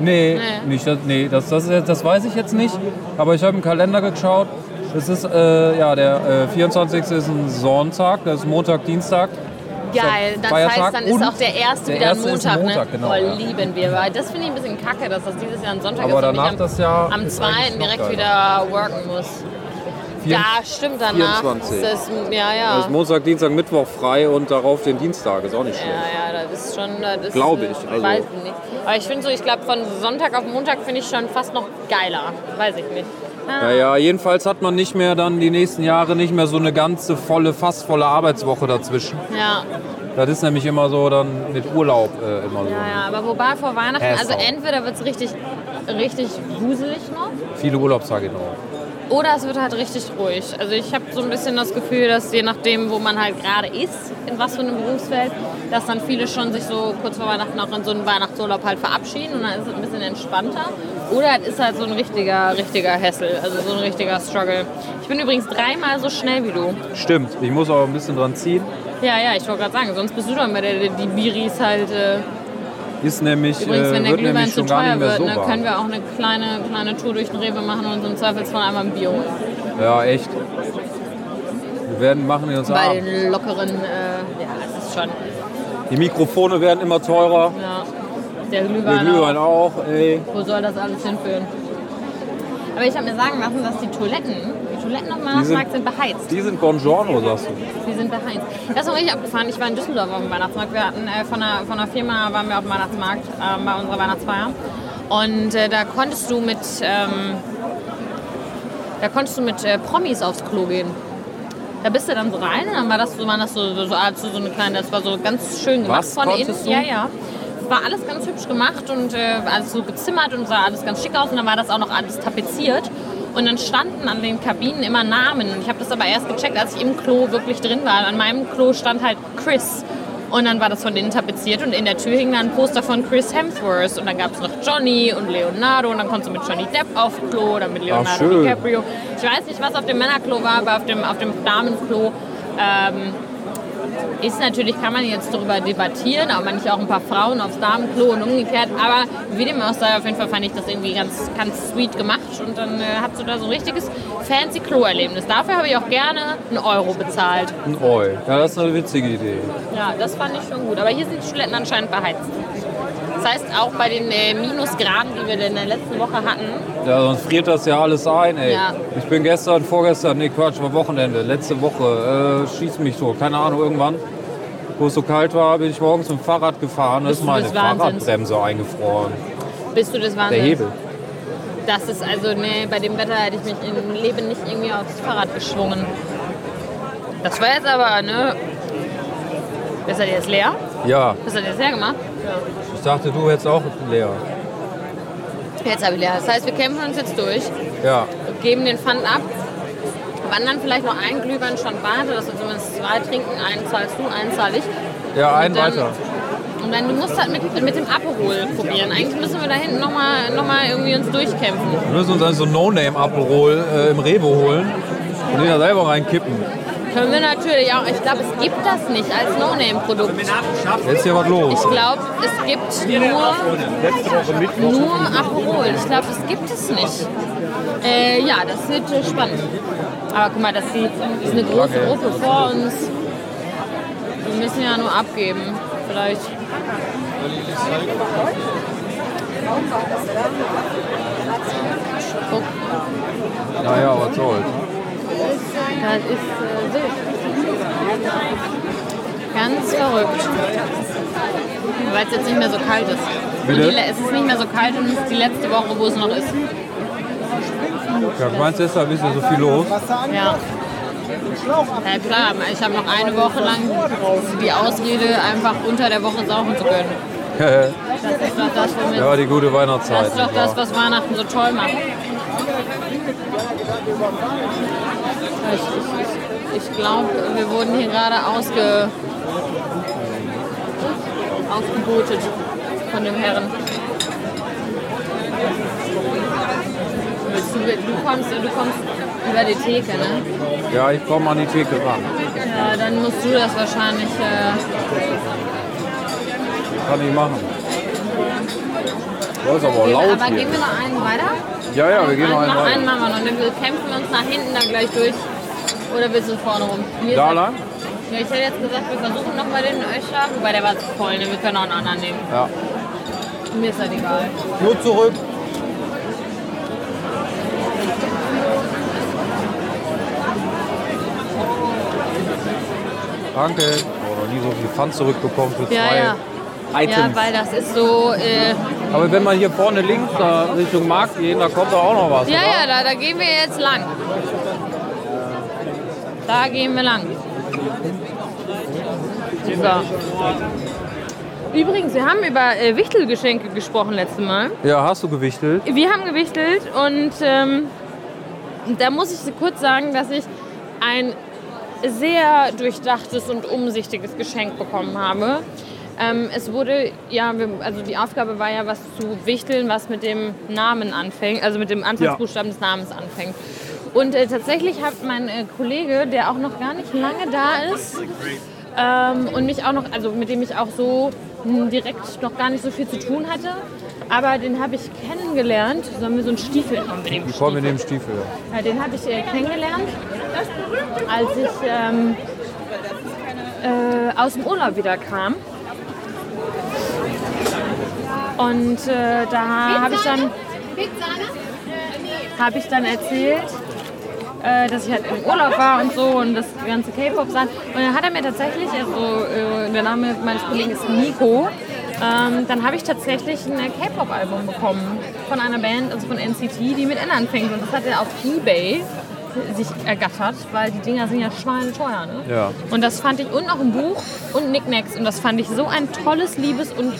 S1: Nee,
S2: Nee.
S1: Nicht, das, nee das, das, ist jetzt- das weiß ich jetzt nicht. Aber ich habe im Kalender geschaut. Es ist, äh, ja, der äh, 24. ist ein Sonntag, das ist Montag, Dienstag.
S2: Geil. Das
S1: Feiertag
S2: heißt, dann ist
S1: und
S2: auch der erste
S1: der
S2: wieder
S1: erste
S2: ein
S1: ist ein
S2: Montag.
S1: Montag,
S2: ne?
S1: genau,
S2: oh,
S1: ja.
S2: lieben wir. Weil das finde ich ein bisschen kacke, dass das dieses Jahr ein Sonntag
S1: Aber
S2: ist. und
S1: danach
S2: ich am,
S1: das Jahr
S2: Am
S1: ist
S2: 2.
S1: eigentlich noch
S2: direkt
S1: geiler.
S2: wieder worken muss.
S1: Vier-
S2: ja, stimmt, danach.
S1: 24.
S2: Ist das, ja, ja. Ja,
S1: Montag, Dienstag, Mittwoch frei und darauf den Dienstag. Ist auch nicht schlecht.
S2: ja, das ist schon. Das ist
S1: Glaube ich,
S2: ein-
S1: also-
S2: Weiß nicht. Aber ich finde so, ich glaube, von Sonntag auf Montag finde ich schon fast noch geiler. Weiß ich nicht. Ah.
S1: Naja, jedenfalls hat man nicht mehr dann die nächsten Jahre nicht mehr so eine ganze volle, fast volle Arbeitswoche dazwischen.
S2: Ja.
S1: Das ist nämlich immer so dann mit Urlaub äh, immer so.
S2: Ja, ja, aber wobei vor Weihnachten, also
S1: Hässau.
S2: entweder wird es richtig, richtig wuselig noch
S1: Viele Urlaubstage noch.
S2: oder es wird halt richtig ruhig. Also ich habe so ein bisschen das Gefühl, dass je nachdem, wo man halt gerade ist, in was für einem Berufsfeld, dass dann viele schon sich so kurz vor Weihnachten auch in so einen Weihnachtsurlaub halt verabschieden und dann ist es ein bisschen entspannter. Oder es ist halt so ein richtiger, richtiger Hessel, also so ein richtiger Struggle. Ich bin übrigens dreimal so schnell wie du.
S1: Stimmt, ich muss auch ein bisschen dran ziehen.
S2: Ja, ja, ich wollte gerade sagen, sonst bist du dann bei der, die Biris halt... Äh,
S1: Ist nämlich,
S2: Übrigens, wenn
S1: äh,
S2: der
S1: wird
S2: Glühwein
S1: nämlich
S2: zu
S1: schon gar
S2: teuer
S1: nicht mehr
S2: wird,
S1: so
S2: ne, können
S1: warm.
S2: wir auch eine kleine, kleine Tour durch den Rewe machen und uns im Zweifelsfall einmal ein Bier holen.
S1: Ja, echt. Wir werden machen wir uns
S2: Bei
S1: arm.
S2: den lockeren, äh, ja, das ist schon,
S1: Die Mikrofone werden immer teurer.
S2: ja, der
S1: Der
S2: Glühwein,
S1: Glühwein
S2: auch.
S1: auch, ey.
S2: Wo soll das alles hinführen? Aber ich habe mir sagen lassen, dass die Toiletten, die Toiletten auf dem
S1: sind-
S2: Weihnachtsmarkt sind beheizt.
S1: Die sind Bongiorno, sagst du.
S2: Die sind beheizt. Das ist auch richtig abgefahren. Ich war in Düsseldorf auf dem Weihnachtsmarkt. Wir hatten äh, von, einer, von einer Firma waren wir auf dem Weihnachtsmarkt äh, bei unserer Weihnachtsfeier. Und äh, da konntest du mit, ähm, da konntest du mit äh, Promis aufs Klo gehen. Da bist du dann so rein und dann war das so, waren das so, so, so, ah, so eine kleine, das war so ganz schön gemacht
S1: Was
S2: von innen.
S1: konntest du?
S2: Ja, ja. Es War alles ganz hübsch gemacht und äh, alles so gezimmert und sah alles ganz schick aus und dann war das auch noch alles tapeziert. Und dann standen an den Kabinen immer Namen. Und ich habe das aber erst gecheckt, als ich im Klo wirklich drin war. An meinem Klo stand halt Chris. Und dann war das von innen tapeziert und in der Tür hing dann ein Poster von Chris Hemsworth. Und dann gab es noch Johnny und Leonardo. Und dann konntest du mit Johnny Depp auf Klo oder mit Leonardo
S1: schön.
S2: DiCaprio. Ich weiß nicht, was auf dem Männerklo war, aber auf dem, auf dem Damenklo ähm, ist natürlich, kann man jetzt darüber debattieren, ob man nicht auch ein paar Frauen aufs Damenklo und umgekehrt. Aber wie dem auch sei, auf jeden Fall fand ich das irgendwie ganz, ganz sweet gemacht. Und dann äh, hast du da so ein richtiges fancy Klo-Erlebnis. Dafür habe ich auch gerne einen Euro bezahlt.
S1: Ein Oi. Ja, das ist eine witzige Idee.
S2: Ja, das fand ich schon gut. Aber hier sind die Toiletten anscheinend beheizt. Das heißt, auch bei den äh, Minusgraden, die wir in der letzten Woche hatten,
S1: Ja, sonst friert das ja alles ein, ey.
S2: Ja.
S1: Ich bin gestern, vorgestern, nee, Quatsch, war Wochenende, letzte Woche, äh, schieß mich tot, keine Ahnung, irgendwann, wo es so kalt war, bin ich morgens mit dem Fahrrad gefahren, da ist
S2: Bist du
S1: meine
S2: des Wahnsinns?
S1: Fahrradbremse eingefroren.
S2: bist du des
S1: Der
S2: Wahnsinns.
S1: Hebel.
S2: Das ist also, nee, bei dem Wetter hätte ich mich im Leben nicht irgendwie aufs Fahrrad geschwungen. Das war jetzt aber, ne? Besser dir jetzt leer?
S1: Ja,
S2: Besser dir jetzt leer gemacht?
S1: ich dachte, du hättest auch leer.
S2: Jetzt habe ich leer. Das heißt, wir kämpfen uns jetzt durch,
S1: Ja,
S2: geben den Pfand ab, wandern vielleicht noch einen Glühwein schon weiter, dass wir zumindest zwei trinken. Einen zahlst du, einen zahl ich.
S1: ja, ein
S2: Und dann-
S1: weiter.
S2: Und dann, du musst halt mit, mit dem Aperol probieren. Eigentlich müssen wir da hinten nochmal noch mal irgendwie uns durchkämpfen.
S1: Wir müssen uns also so ein No-Name-Aperol äh, im Rewe holen und den da selber reinkippen.
S2: Können wir natürlich auch. Ich glaube, es gibt das nicht als No-Name-Produkt.
S1: Jetzt ist hier was los.
S2: Ich glaube, es gibt nur, nur Aperol. Ich glaube, das gibt es nicht. Äh, ja, das wird äh, spannend. Aber guck mal, das ist, das ist eine große
S1: Lange.
S2: Gruppe vor uns. Wir müssen ja nur abgeben. Vielleicht. Guck,
S1: Naja, was soll's.
S2: das ist äh, wild. Ganz verrückt. Weil es jetzt nicht mehr so kalt ist. Und
S1: Bitte?
S2: die, le- es ist nicht mehr so kalt und es ist die letzte Woche, wo es noch ist.
S1: Ja, meinst du, deshalb ist hier so viel los?
S2: Ja. Ja klar, ich habe noch eine Woche lang die Ausrede, einfach unter der Woche saufen zu können.
S1: ja,
S2: Das ist doch das, womit,
S1: die gute Weihnachtszeit.
S2: das, ist doch
S1: nicht wahr?
S2: das was Weihnachten so toll macht. Ich, ich, ich glaube, wir wurden hier gerade ausge, ausgebotet von dem Herren. Willst Du, du, kommst, du kommst über die Theke, ne?
S1: Ja, ich komme an die Theke ran.
S2: Ja, dann musst du das wahrscheinlich. Äh,
S1: Kann ich machen. Das ist aber
S2: gehen,
S1: Oh, laut
S2: aber
S1: hier.
S2: gehen wir noch einen weiter?
S1: ja, ja, wir gehen noch einen
S2: noch einen
S1: rein.
S2: machen wir noch. Dann wir kämpfen uns nach hinten dann gleich durch. Oder willst du vorne rum? Mir
S1: Da ne?
S2: ist-
S1: lang?
S2: Ja, ich hätte jetzt gesagt, wir versuchen nochmal den Öscher. Wobei der war zu voll, ne? Wir können auch einen anderen nehmen.
S1: Ja.
S2: Mir ist das egal.
S1: Nur zurück. Danke. Oh, noch nie so viel Pfand zurückbekommen für zwei
S2: Ja, ja. Ja,
S1: Items.
S2: weil das ist so. Äh,
S1: Aber wenn man hier vorne links da Richtung Markt geht, da kommt doch auch noch was.
S2: ja,
S1: oder?
S2: ja, da, da gehen wir jetzt lang. Da gehen wir lang. So. Übrigens, wir haben über äh, Wichtelgeschenke gesprochen letzte Mal.
S1: Ja, hast du gewichtelt?
S2: Wir haben gewichtelt und ähm, da muss ich kurz sagen, dass ich ein sehr durchdachtes und umsichtiges Geschenk bekommen habe. Ähm, es wurde, ja, wir, also die Aufgabe war ja, was zu wichteln, was mit dem Namen anfängt, also mit dem Anfangsbuchstaben des Namens anfängt. Und äh, tatsächlich hat mein äh, Kollege, der auch noch gar nicht lange da ist, ähm, und mich auch noch, also mit dem ich auch so mh, direkt noch gar nicht so viel zu tun hatte. Aber den habe ich kennengelernt. Sollen wir so einen Stiefel haben mit dem
S1: Komm, wir
S2: Stiefel?
S1: nehmen Stiefel.
S2: Ja, den habe ich äh, kennengelernt, als ich ähm, äh, aus dem Urlaub wieder kam. Und äh, da habe ich dann habe ich dann erzählt, äh, dass ich halt im Urlaub war und so und das ganze K-Pop sah. Und dann hat er mir tatsächlich, also äh, der Name meines Kollegen ist Nico, ähm, dann habe ich tatsächlich ein äh, K-Pop-Album bekommen von einer Band, also von NCT, die mit N anfängt. Und das hat er auf Ebay sich ergattert, weil die Dinger sind ja schweineteuer, ne?
S1: Ja.
S2: Und das fand ich, und noch ein Buch und Knickknacks. Und das fand ich so ein tolles, liebes und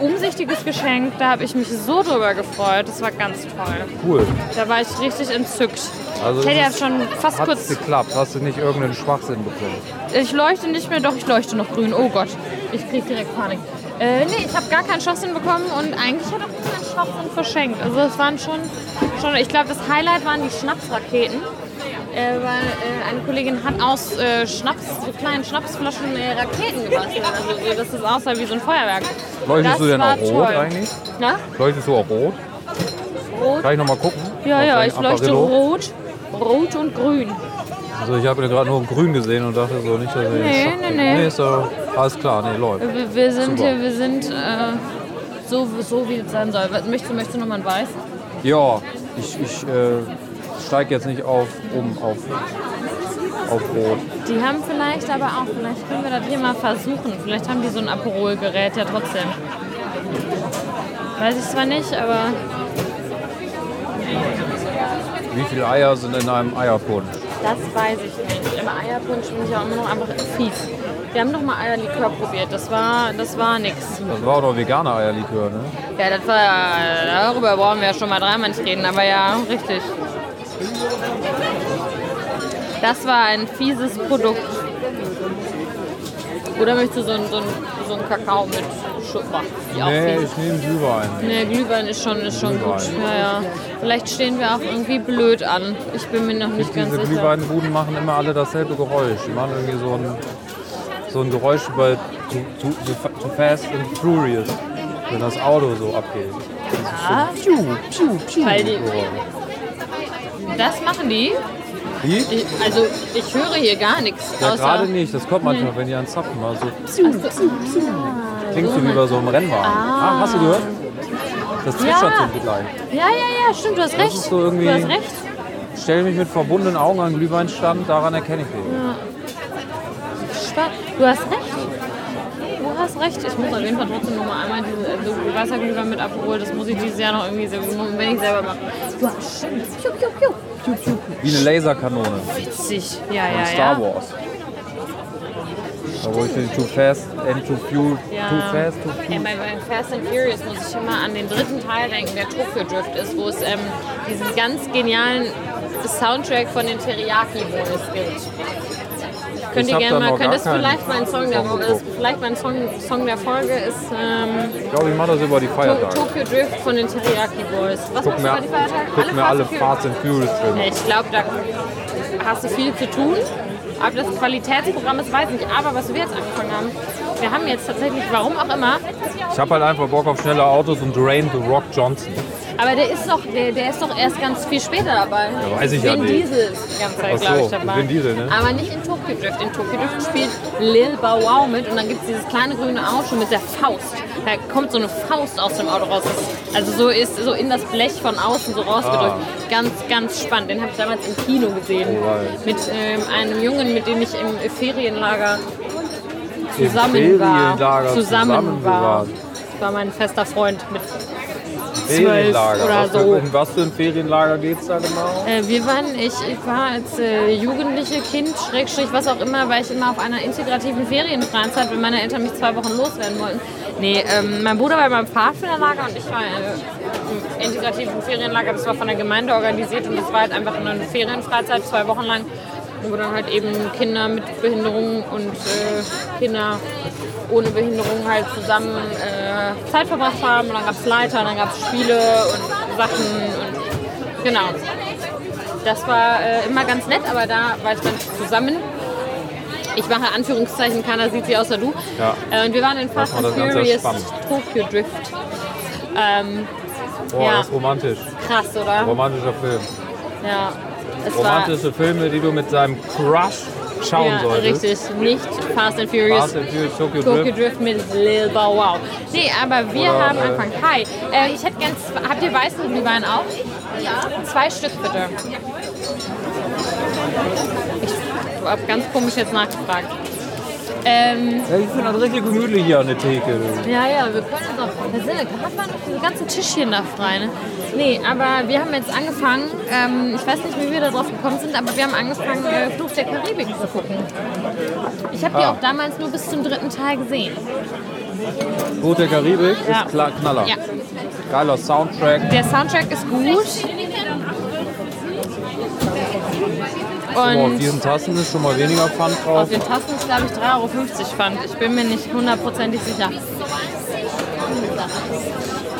S2: umsichtiges Geschenk. Da habe ich mich so drüber gefreut. Das war ganz toll.
S1: Cool.
S2: Da war ich richtig entzückt.
S1: Also
S2: ich hätte ja
S1: das ist-
S2: schon fast
S1: Hat
S2: kurz.
S1: geklappt? Hast du nicht irgendeinen Schwachsinn bekommen?
S2: Ich leuchte nicht mehr, doch ich leuchte noch grün. Oh Gott, ich krieg direkt Panik. Äh, nee, ich habe gar keinen Schwachsinn bekommen und eigentlich hat auch keinen Schwachsinn verschenkt. Also es waren schon, schon ich glaube, das Highlight waren die Schnapsraketen. Äh, weil äh, eine Kollegin hat aus äh, Schnaps, so kleinen Schnapsflaschen äh, Raketen gebastelt. Also so, dass es aussah wie so ein Feuerwerk.
S1: Leuchtest
S2: das
S1: du denn
S2: war
S1: auch rot
S2: toll.
S1: eigentlich?
S2: Na?
S1: Leuchtest du auch rot?
S2: Rot?
S1: Kann ich nochmal gucken?
S2: Ja,
S1: Auf
S2: ja,
S1: dein
S2: ich leuchte
S1: Apparillo?
S2: rot. Rot und grün.
S1: Also ich habe ihn gerade nur im Grün gesehen und dachte so nicht, dass er
S2: Nee,
S1: jetzt...
S2: nee, nee.
S1: Nee, ist doch alles klar, nee, läuft.
S2: Wir, wir sind,
S1: Super.
S2: hier, wir sind äh, so, so, wie es sein soll. Was- Möchtest, du- möchtest du nochmal ein Weiß?
S1: Ja, ich, ich äh, steige jetzt nicht auf um auf, auf Rot.
S2: Die haben vielleicht aber auch, vielleicht können wir das hier mal versuchen. Vielleicht haben die so ein Aperol-Gerät ja trotzdem. Weiß ich zwar nicht, aber
S1: Wie viele Eier sind in einem Eierpunsch?
S2: das weiß ich nicht. Im Eierpunsch bin ich auch immer noch einfach fies. Wir haben doch mal Eierlikör probiert. Das war, das war nix.
S1: Das war doch veganer Eierlikör, ne?
S2: Ja, das war ja, darüber brauchen wir ja schon mal dreimal nicht reden, aber ja, richtig. Das war ein fieses Produkt. Oder möchtest du so einen so einen- so einen Kakao mit Schupper? Die auch
S1: Nee,
S2: fies
S1: ich nehme Glühwein.
S2: Nee, Glühwein ist schon, ist schon gut.
S1: Glühwein.
S2: Ja, ja. Vielleicht stehen wir auch irgendwie blöd an. Ich bin mir noch nicht ganz
S1: Diese
S2: sicher.
S1: Glühweinbuden machen immer alle dasselbe Geräusch. Die machen irgendwie so ein, so ein Geräusch wie bei too, too, Too Fa- too Fast and Furious, wenn das Auto so abgeht.
S2: Weil die,
S1: Geräusch.
S2: das machen die.
S1: Wie?
S2: Ich, also ich höre hier gar nichts.
S1: Ja, gerade
S2: außer, Hm.
S1: nicht. Das kommt manchmal, wenn die einen Also, Zapfen mal so. Klingst du wie bei so einem Rennwagen. Ah, hast du gehört? Das zwitschert
S2: Ja.
S1: so gleich.
S2: ja, ja, ja, stimmt, du hast recht.
S1: ist so irgendwie-
S2: du hast recht.
S1: Stell mich mit verbundenen Augen an den Glühweinstand, daran erkenne ich den.
S2: Spa- Du hast recht. Du hast recht. Ich muss auf jeden Fall trotzdem noch mal einmal diese also Wasserglühwein mit abholen. Das muss ich dieses Jahr noch irgendwie selber machen, wenn ich selber mache. Du hast stimmt. Piu, piu, piu.
S1: Wie eine Laserkanone
S2: Witzig. Ja, ja,
S1: Star
S2: ja.
S1: Wars. Da wo ich den Too Fast and Too Few,
S2: Ja.
S1: Too Fast, Too
S2: Ey, bei, bei Fast and Furious muss ich immer an den dritten Teil denken, der Tokyo Drift ist, wo es ähm, diesen ganz genialen Soundtrack von den Teriyaki Boys gibt. Könnt
S1: Ich
S2: ihr
S1: hab
S2: gerne
S1: da
S2: mal,
S1: noch gar
S2: könntest
S1: keinen
S2: vielleicht mal ein Song der
S1: Song
S2: Woche, ist,
S1: geguckt.
S2: vielleicht mal ein Song, Song der Folge ist. Ähm,
S1: Ich glaube, ich mache das über die
S2: To-
S1: Feiertage.
S2: Tokyo Drift von den Teriyaki Boys.
S1: Guck
S2: Was machst du bei
S1: mir,
S2: den Feiertagen?
S1: guck mir alle
S2: Fast and
S1: Fast and Furious
S2: Furious. Ja,
S1: Filme.
S2: Ich glaube, da hast du viel zu tun. Ob das Qualitätsprogramm ist, weiß ich nicht. Aber was wir jetzt angefangen haben, wir haben jetzt tatsächlich, warum auch immer,
S1: Ich habe halt einfach Bock auf schnelle Autos und Drain the Rock Johnson.
S2: aber der ist doch, der, der ist doch erst ganz viel später dabei.
S1: Ja, weiß ich ja
S2: Vin
S1: nicht.
S2: Diesel ist die ganze Zeit,
S1: Ach so,
S2: glaube ich, dabei.
S1: Vin Diesel, ne?
S2: Aber nicht in Tokyo Drift. In Tokyo Drift spielt Lil Bow Wow mit und dann gibt es dieses kleine grüne Auto mit der Faust. Da kommt so eine Faust aus dem Auto raus. Das- Also so ist so in das Blech von außen so rausgedrückt.
S1: Ah.
S2: Ganz, ganz spannend. Den habe ich damals im Kino gesehen.
S1: Alright.
S2: Mit ähm, einem Jungen, mit dem ich im Ferienlager zusammen
S1: Im
S2: war.
S1: Ferienlager zusammen
S2: war.
S1: waren.
S2: Das war mein fester Freund mit
S1: Ferienlager.
S2: oder
S1: was für,
S2: so.
S1: In was für ein Ferienlager geht es da genau?
S2: Äh, wir waren, ich, ich war als äh, Jugendliche, Kind, Schrägstrich, was auch immer, war ich immer auf einer integrativen Ferienfreizeit, weil meine Eltern mich zwei Wochen loswerden wollten. Nee, ähm, mein Bruder war beim Pfadfinderlager und ich war äh, im integrativen Ferienlager. Das war von der Gemeinde organisiert und das war halt einfach nur eine Ferienfreizeit, zwei Wochen lang, wo dann halt eben Kinder mit Behinderungen und äh, Kinder ohne Behinderung halt zusammen äh, Zeit verbracht haben. Und dann gab es Leiter, dann gab es Spiele und Sachen und genau. Das war äh, immer ganz nett, aber da war ich dann zusammen. Ich mache Anführungszeichen, keiner sieht sie außer du.
S1: Ja.
S2: Äh, und wir waren in Fast
S1: Lass mal
S2: and
S1: das Ganze
S2: Furious
S1: spannend.
S2: Tokyo Drift. Ähm,
S1: Boah,
S2: ja.
S1: das ist romantisch.
S2: krass, oder?
S1: Romantischer Film.
S2: Ja. Es
S1: Romantische Filme, die du mit seinem Crush
S2: war
S1: schauen
S2: ja,
S1: solltest.
S2: richtig. Nicht Fast and Furious.
S1: Fast and Furious, Tokyo
S2: Tokyo
S1: Drift.
S2: Drift mit Lil Bow Wow. Nee, aber wir
S1: Oder,
S2: haben
S1: äh,
S2: angefangen. Hi, äh, ich hätte gern, zw- habt ihr weißen Glühwein auch? Ja. Zwei Stück bitte. Ich habe ganz komisch jetzt nachgefragt. Ähm,
S1: Ja, ich finde das richtig gemütlich hier an der Theke. du.
S2: Ja, ja, wir können uns auch. Da sind, hat man noch diese ganzen Tischchen da frei. Ne? Nee, aber wir haben jetzt angefangen, ähm, ich weiß nicht, wie wir da drauf gekommen sind, aber wir haben angefangen, äh, Fluch der Karibik zu gucken. Ich habe die
S1: Ah.
S2: auch damals nur bis zum dritten Teil gesehen.
S1: Boot der Karibik
S2: Ja.
S1: ist klar Knaller.
S2: Ja,
S1: Geiler Soundtrack.
S2: der Soundtrack ist gut.
S1: Aber auf diesen
S2: Und
S1: Tassen ist schon mal weniger Pfand
S2: auf
S1: drauf.
S2: den Tassen ist, glaube ich, 3,50 Euro Pfand. Ich bin mir nicht hundertprozentig sicher.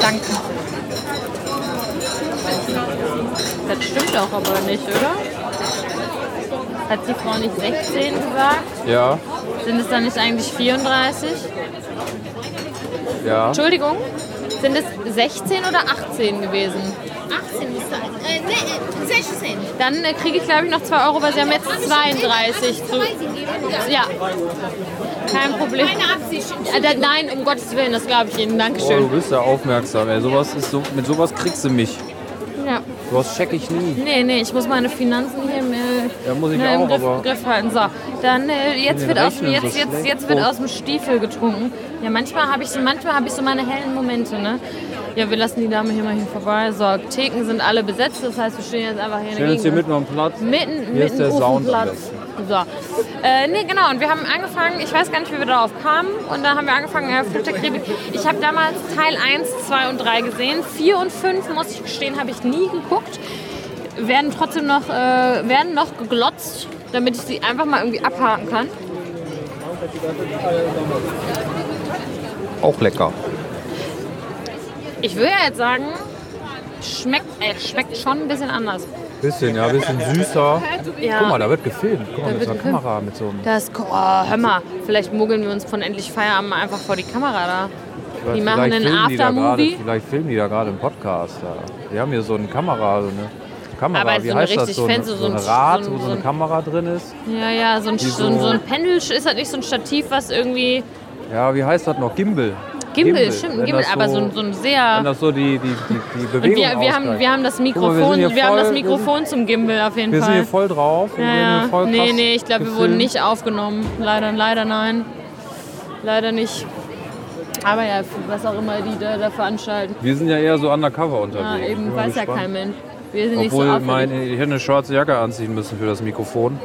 S2: Danke. Das stimmt auch aber nicht, oder? Hat die Frau nicht 16 gesagt?
S1: Ja,
S2: Sind es dann nicht eigentlich 34?
S1: ja.
S2: Entschuldigung, sind es 16 oder 18 gewesen?
S5: 18 muss sein. Äh, nee, äh, 16.
S2: Dann äh, kriege ich, glaube ich, noch 2 Euro, weil sie haben jetzt 32 zu.
S5: Keine
S2: Ja, kein Problem.
S5: Absicht.
S2: Äh, da, nein, um Gottes Willen, das glaube ich Ihnen.
S1: Boah, du
S2: Dankeschön.
S1: bist ja aufmerksam. Ey. Sowas ist so, mit sowas kriegst du mich.
S2: Ja.
S1: Sowas check ich nie.
S2: Nee, nee, ich muss meine Finanzen hier im, äh,
S1: Ja, muss ich
S2: ne, im
S1: auch,
S2: Griff,
S1: aber-
S2: Griff halten. So, dann äh, jetzt,
S1: den
S2: wird aus, dem-
S1: Rechnen so
S2: jetzt, jetzt,
S1: schlecht.
S2: jetzt wird
S1: Oh.
S2: aus dem Stiefel getrunken. Ja, manchmal habe ich, so- manchmal habe ich so meine hellen Momente, ne? Ja, wir lassen die Dame hier mal hier vorbei. So, Theken sind alle besetzt, das heißt, wir stehen jetzt einfach hier in der
S1: Stell uns hier
S2: Gegend.
S1: mitten am Platz.
S2: Mitten,
S1: Hier ist
S2: mitten
S1: der Sound am
S2: Ofenplatz. So. Äh, nee, genau. Und wir haben angefangen, ich weiß gar nicht, wie wir darauf kamen. Und dann haben wir angefangen, äh, Fluch der Karibik. Ich habe damals Teil 1, 2 und 3 gesehen. 4 und 5, muss ich gestehen, habe ich nie geguckt. Werden trotzdem noch, äh, werden noch geglotzt, damit ich sie einfach mal irgendwie abhaken kann.
S1: Auch lecker.
S2: Ich würde ja jetzt sagen, schmeckt, äh, schmeckt schon ein bisschen anders.
S1: Bisschen, ja, bisschen süßer.
S2: Ja.
S1: Guck mal, da wird gefilmt. Guck mal, mit
S2: wird
S1: so einer
S2: gefilmt.
S1: Kamera, mit so einem.
S2: Das, oh, hör mal, vielleicht mogeln wir uns von endlich Feierabend mal einfach vor die Kamera da. Die
S1: Vielleicht
S2: machen einen
S1: filmen die da
S2: Aftermovie.
S1: gerade- Vielleicht filmen die da gerade einen Podcast. Ja. Die haben hier so eine Kamera, so eine Kamera,
S2: Aber
S1: wie
S2: so eine
S1: heißt das?
S2: richtig
S1: So, eine-
S2: fancy, so
S1: so ein
S2: ein-
S1: Rad,
S2: so ein-
S1: wo so
S2: so
S1: eine
S2: ein-
S1: Kamera drin ist.
S2: Ja, ja, so ein, so, ein- so ein Pendel ist halt nicht so ein Stativ, was irgendwie.
S1: Ja, wie heißt das noch? Gimbal.
S2: Gimbal, stimmt, ein
S1: Wenn
S2: Gimbal,
S1: das
S2: aber so, ein- so ein sehr.
S1: Wenn das so die, die, die, die Bewegung
S2: und wir, wir, haben,
S1: ausgleicht.
S2: wir haben das
S1: Guck mal,
S2: Mikrofon,
S1: wir sind
S2: wir,
S1: hier
S2: haben
S1: voll-
S2: das Mikrofon zum Gimbal auf jeden
S1: Wir sind hier
S2: Fall.
S1: voll drauf. und
S2: ja,
S1: wir werden
S2: ja.
S1: hier voll
S2: nee,
S1: krass
S2: nee, ich glaube, wir
S1: gefilmt.
S2: wurden nicht aufgenommen. Leider, leider nein. Leider nicht. Aber ja, für was auch immer die da, da veranstalten.
S1: Wir sind ja eher so undercover unterwegs.
S2: Ja,
S1: Ich bin
S2: eben
S1: mal
S2: weiß ja
S1: gespannt.
S2: kein Mensch. Wir sind
S1: Obwohl,
S2: nicht so
S1: mein,
S2: auffällig.
S1: ich hätte eine schwarze Jacke anziehen müssen für das Mikrofon.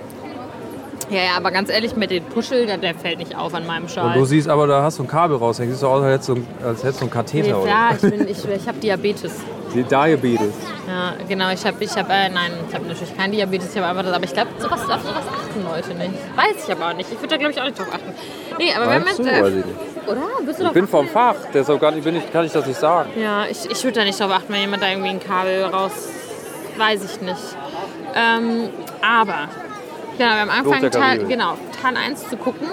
S2: Ja, ja, aber ganz ehrlich, mit den Puschel, der, der fällt nicht auf an meinem
S1: Und
S2: Schal.
S1: du siehst aber, da hast du ein Kabel raushängen. Siehst du aus, als hättest du ein- als hättest du einen Katheter.
S2: ja, ich, bin- ich, ich habe Diabetes.
S1: Oder? Die Diabetes.
S2: Ja, genau, ich habe, ich hab, äh, nein, ich habe natürlich kein Diabetes, ich habe einfach das, aber ich glaube, sowas, auf sowas achten Leute nicht. Weiß ich aber auch nicht. Ich würde da, glaube ich, auch nicht drauf achten. Nee, aber wenn man.
S1: Meinst du? Weiß ich nicht.
S2: oder? Bist du
S1: Ich
S2: drauf
S1: bin vom
S2: achten?
S1: Fach, deshalb gar nicht, bin ich, kann ich das nicht sagen.
S2: Ja, ich, ich würde da nicht drauf achten, wenn jemand da irgendwie ein Kabel raus. Weiß ich nicht. Ähm, aber, genau, wir haben angefangen,
S1: der
S2: Teil,
S1: Karibik.
S2: genau, Teil 1 zu gucken.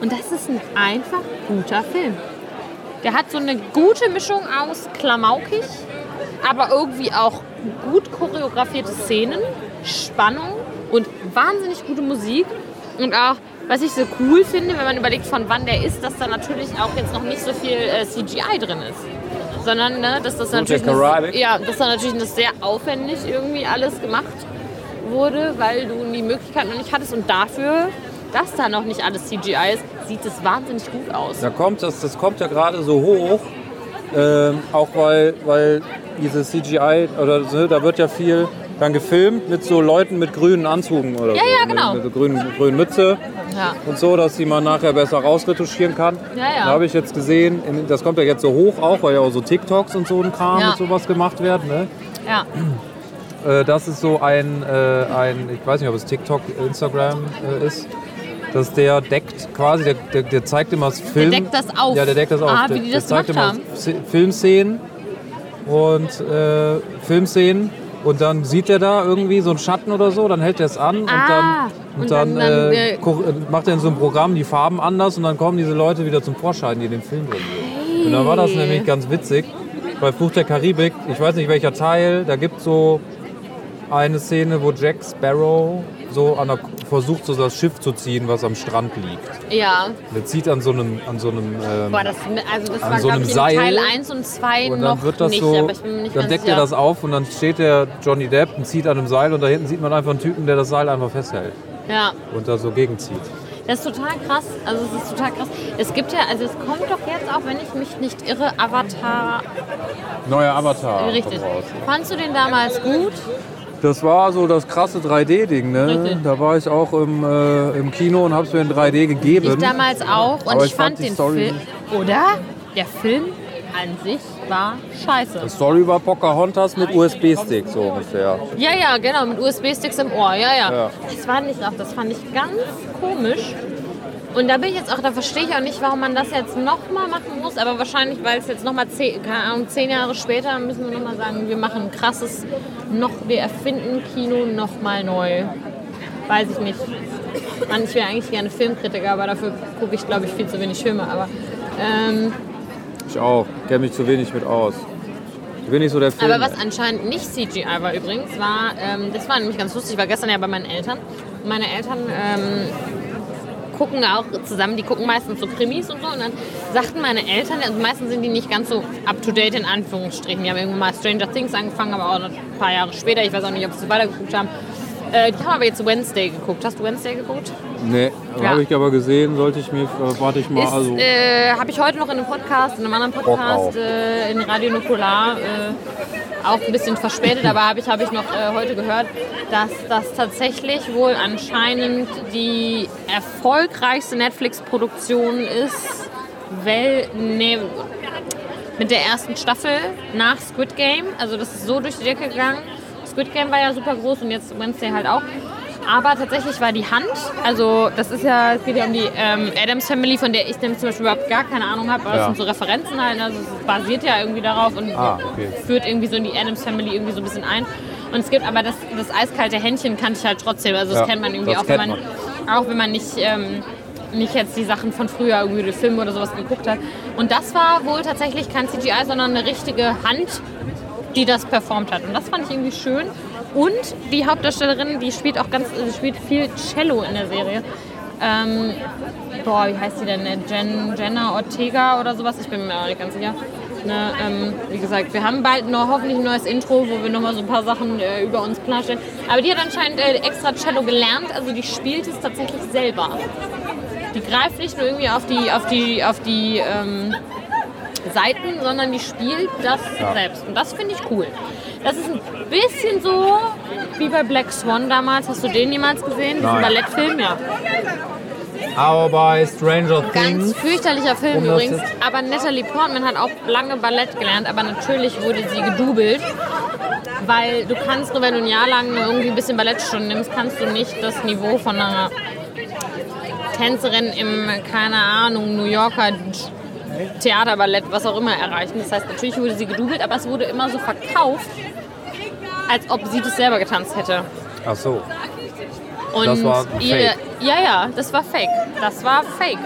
S2: Und das ist ein einfach guter Film. Der hat so eine gute Mischung aus klamaukig, aber irgendwie auch gut choreografierte Szenen, Spannung und wahnsinnig gute Musik. Und auch, was ich so cool finde, wenn man überlegt, von wann der ist, dass da natürlich auch jetzt noch nicht so viel äh, CGI drin ist. Sondern, ne, dass das natürlich. Eine,
S1: Karibik.
S2: ja, dass da natürlich eine sehr aufwendig irgendwie alles gemacht wurde, weil du die Möglichkeit noch nicht hattest. Und dafür, dass da noch nicht alles CGI ist, sieht es wahnsinnig gut aus.
S1: Da kommt das, das kommt ja gerade so hoch, ähm, auch weil, weil diese CGI, oder so, da wird ja viel dann gefilmt mit so Leuten mit grünen Anzügen oder so.
S2: ja,
S1: mit-
S2: genau.
S1: Mit so grünen, grünen Mütze
S2: Ja.
S1: und so, dass die man nachher besser rausretuschieren kann.
S2: Ja, ja.
S1: Da habe ich jetzt gesehen, in, das kommt ja jetzt so hoch auch, weil ja auch so TikToks und so ein Kram
S2: Ja.
S1: und sowas gemacht werden. Ne?
S2: ja.
S1: Äh, das ist so ein, äh, ein, ich weiß nicht, ob es TikTok, Instagram äh, ist, dass der deckt quasi, der, der, der zeigt immer das Film.
S2: deckt das auf.
S1: Ja, der deckt das auf.
S2: Ah,
S1: der,
S2: wie die
S1: der
S2: das
S1: zeigt
S2: gemacht
S1: immer Sz- Filmszenen und äh, Filmszenen. Und dann sieht er da irgendwie so einen Schatten oder so, dann hält er es an und
S2: Ah,
S1: dann, und
S2: und
S1: dann,
S2: dann- dann,
S1: äh,
S2: äh,
S1: ko- äh, macht er in so einem Programm die Farben anders und dann kommen diese Leute wieder zum Vorschein, die in dem Film drin sind. Und da war das nämlich ganz witzig, bei Fluch der Karibik, ich weiß nicht welcher Teil, da gibt es so eine Szene, wo Jack Sparrow so an der, versucht, so das Schiff zu ziehen, was am Strand liegt.
S2: Ja,
S1: Und er zieht an so einem, an so einem ähm,
S2: boah, das, also das
S1: An
S2: war,
S1: so
S2: glaub
S1: einem
S2: ich, in
S1: Seil.
S2: Teil 1 und 2
S1: und
S2: noch
S1: dann wird das
S2: nicht,
S1: so,
S2: aber ich bin mir nicht
S1: dann
S2: ganz
S1: deckt
S2: sicher.
S1: er das auf und dann steht der Johnny Depp und zieht an einem Seil und da hinten sieht man einfach einen Typen, der das Seil einfach festhält
S2: Ja,
S1: und da so gegenzieht.
S2: Das ist total krass. Also es ist total krass. Es gibt ja, also es kommt doch jetzt auch, wenn ich mich nicht irre, Avatar.
S1: Neuer Avatar. kommt
S2: Richtig.
S1: raus.
S2: Fandst du den damals gut?
S1: Das war so das krasse 3D-Ding, ne?
S2: Richtig.
S1: Da war ich auch im, äh, im Kino und hab's mir in 3D gegeben.
S2: Ich damals auch. Und
S1: Aber
S2: ich,
S1: ich fand
S2: fand,
S1: die
S2: den
S1: Story
S2: Film. Oder? Der Film an sich war scheiße.
S1: Story über Pocahontas mit USB-Stick, so ungefähr.
S2: Ja, ja, genau, mit USB-Sticks im Ohr, ja, ja.
S1: Ja.
S2: Das fand ich auch, das fand ich ganz komisch. Und da bin ich jetzt auch, da verstehe ich auch nicht, warum man das jetzt nochmal machen muss, aber wahrscheinlich, weil es jetzt nochmal zehn, keine Ahnung, zehn Jahre später müssen wir nochmal sagen, wir machen ein krasses, noch, wir erfinden Kino nochmal neu. Weiß ich nicht. Mann, ich wäre eigentlich gerne Filmkritiker, aber dafür gucke ich, glaube ich, viel zu wenig Filme. Aber ähm,
S1: Ich auch. Kenne mich zu wenig mit aus. Ich bin nicht so der Film.
S2: Aber was anscheinend nicht CGI war übrigens, war, ähm, das war nämlich ganz lustig, ich war gestern ja bei meinen Eltern. Und Meine Eltern ähm, gucken auch zusammen, die gucken meistens so Krimis und so. Und dann sagten meine Eltern, also meistens sind die nicht ganz so up-to-date in Anführungsstrichen. Die haben irgendwann mal Stranger Things angefangen, aber auch noch ein paar Jahre später. Ich weiß auch nicht, ob sie weitergeguckt haben. Äh, die haben aber jetzt Wednesday geguckt. Hast du Wednesday geguckt?
S1: nee,
S2: Ja.
S1: habe ich aber gesehen, sollte ich mir, äh, warte ich mal,
S2: Ist,
S1: also.
S2: äh, habe ich heute noch in einem Podcast, in einem anderen
S1: auf.
S2: Podcast, äh, in Radio Nukular, äh, auch ein bisschen verspätet, aber habe ich, hab ich noch äh, heute gehört, dass das tatsächlich wohl anscheinend die erfolgreichste Netflix-Produktion ist, wel, nee, mit der ersten Staffel nach Squid Game. Also das ist so durch die Decke gegangen. Squid Game war ja super groß und jetzt Wednesday halt auch. Aber tatsächlich war die Hand, also das ist ja, es geht ja um die ähm, Adams Family, von der ich nämlich zum Beispiel überhaupt gar keine Ahnung habe, aber
S1: Ja.
S2: das sind so Referenzen halt, also es basiert ja irgendwie darauf und
S1: Ah, okay.
S2: führt irgendwie so in die Adams Family irgendwie so ein bisschen ein. Und es gibt aber das, das eiskalte Händchen kannte ich halt trotzdem, also das
S1: Ja,
S2: kennt man irgendwie
S1: das
S2: auch, wenn man,
S1: kennt
S2: auch wenn man nicht, ähm, nicht jetzt die Sachen von früher, irgendwie die Filme oder sowas geguckt hat. Und das war wohl tatsächlich kein CGI, sondern eine richtige Hand, die das performt hat. Und das fand ich irgendwie schön. Und die Hauptdarstellerin, die spielt auch ganz, also spielt viel Cello in der Serie. Ähm, boah, wie heißt die denn? Äh, Jen, Jenna Ortega oder sowas? Ich bin mir auch nicht ganz sicher. Ne, ähm, wie gesagt, wir haben bald noch hoffentlich ein neues Intro, wo wir nochmal so ein paar Sachen äh, über uns klarstellen. Aber die hat anscheinend äh, extra Cello gelernt, also die spielt es tatsächlich selber. Die greift nicht nur irgendwie auf die, auf die, auf die ähm, Seiten, sondern die spielt das selbst. Und das finde ich cool. Das ist ein bisschen so wie bei Black Swan damals. Hast du den jemals gesehen? Diesen
S1: Nein.
S2: Ballettfilm, ja.
S1: aber bei Stranger
S2: Ganz fürchterlicher Film
S1: Um das
S2: übrigens. Aber Natalie Portman hat auch lange Ballett gelernt, aber natürlich wurde sie gedoubelt. Weil du kannst nur, wenn du ein Jahr lang nur irgendwie ein bisschen Ballettstunden nimmst, kannst du nicht das Niveau von einer Tänzerin im, keine Ahnung, New Yorker Theaterballett, was auch immer, erreichen. Das heißt, natürlich wurde sie gedoubelt, aber es wurde immer so verkauft, als ob sie das selber getanzt hätte.
S1: Ach so.
S2: Und
S1: Das war ein
S2: ihr,
S1: Fake.
S2: Ja, ja, das war fake. Das war fake.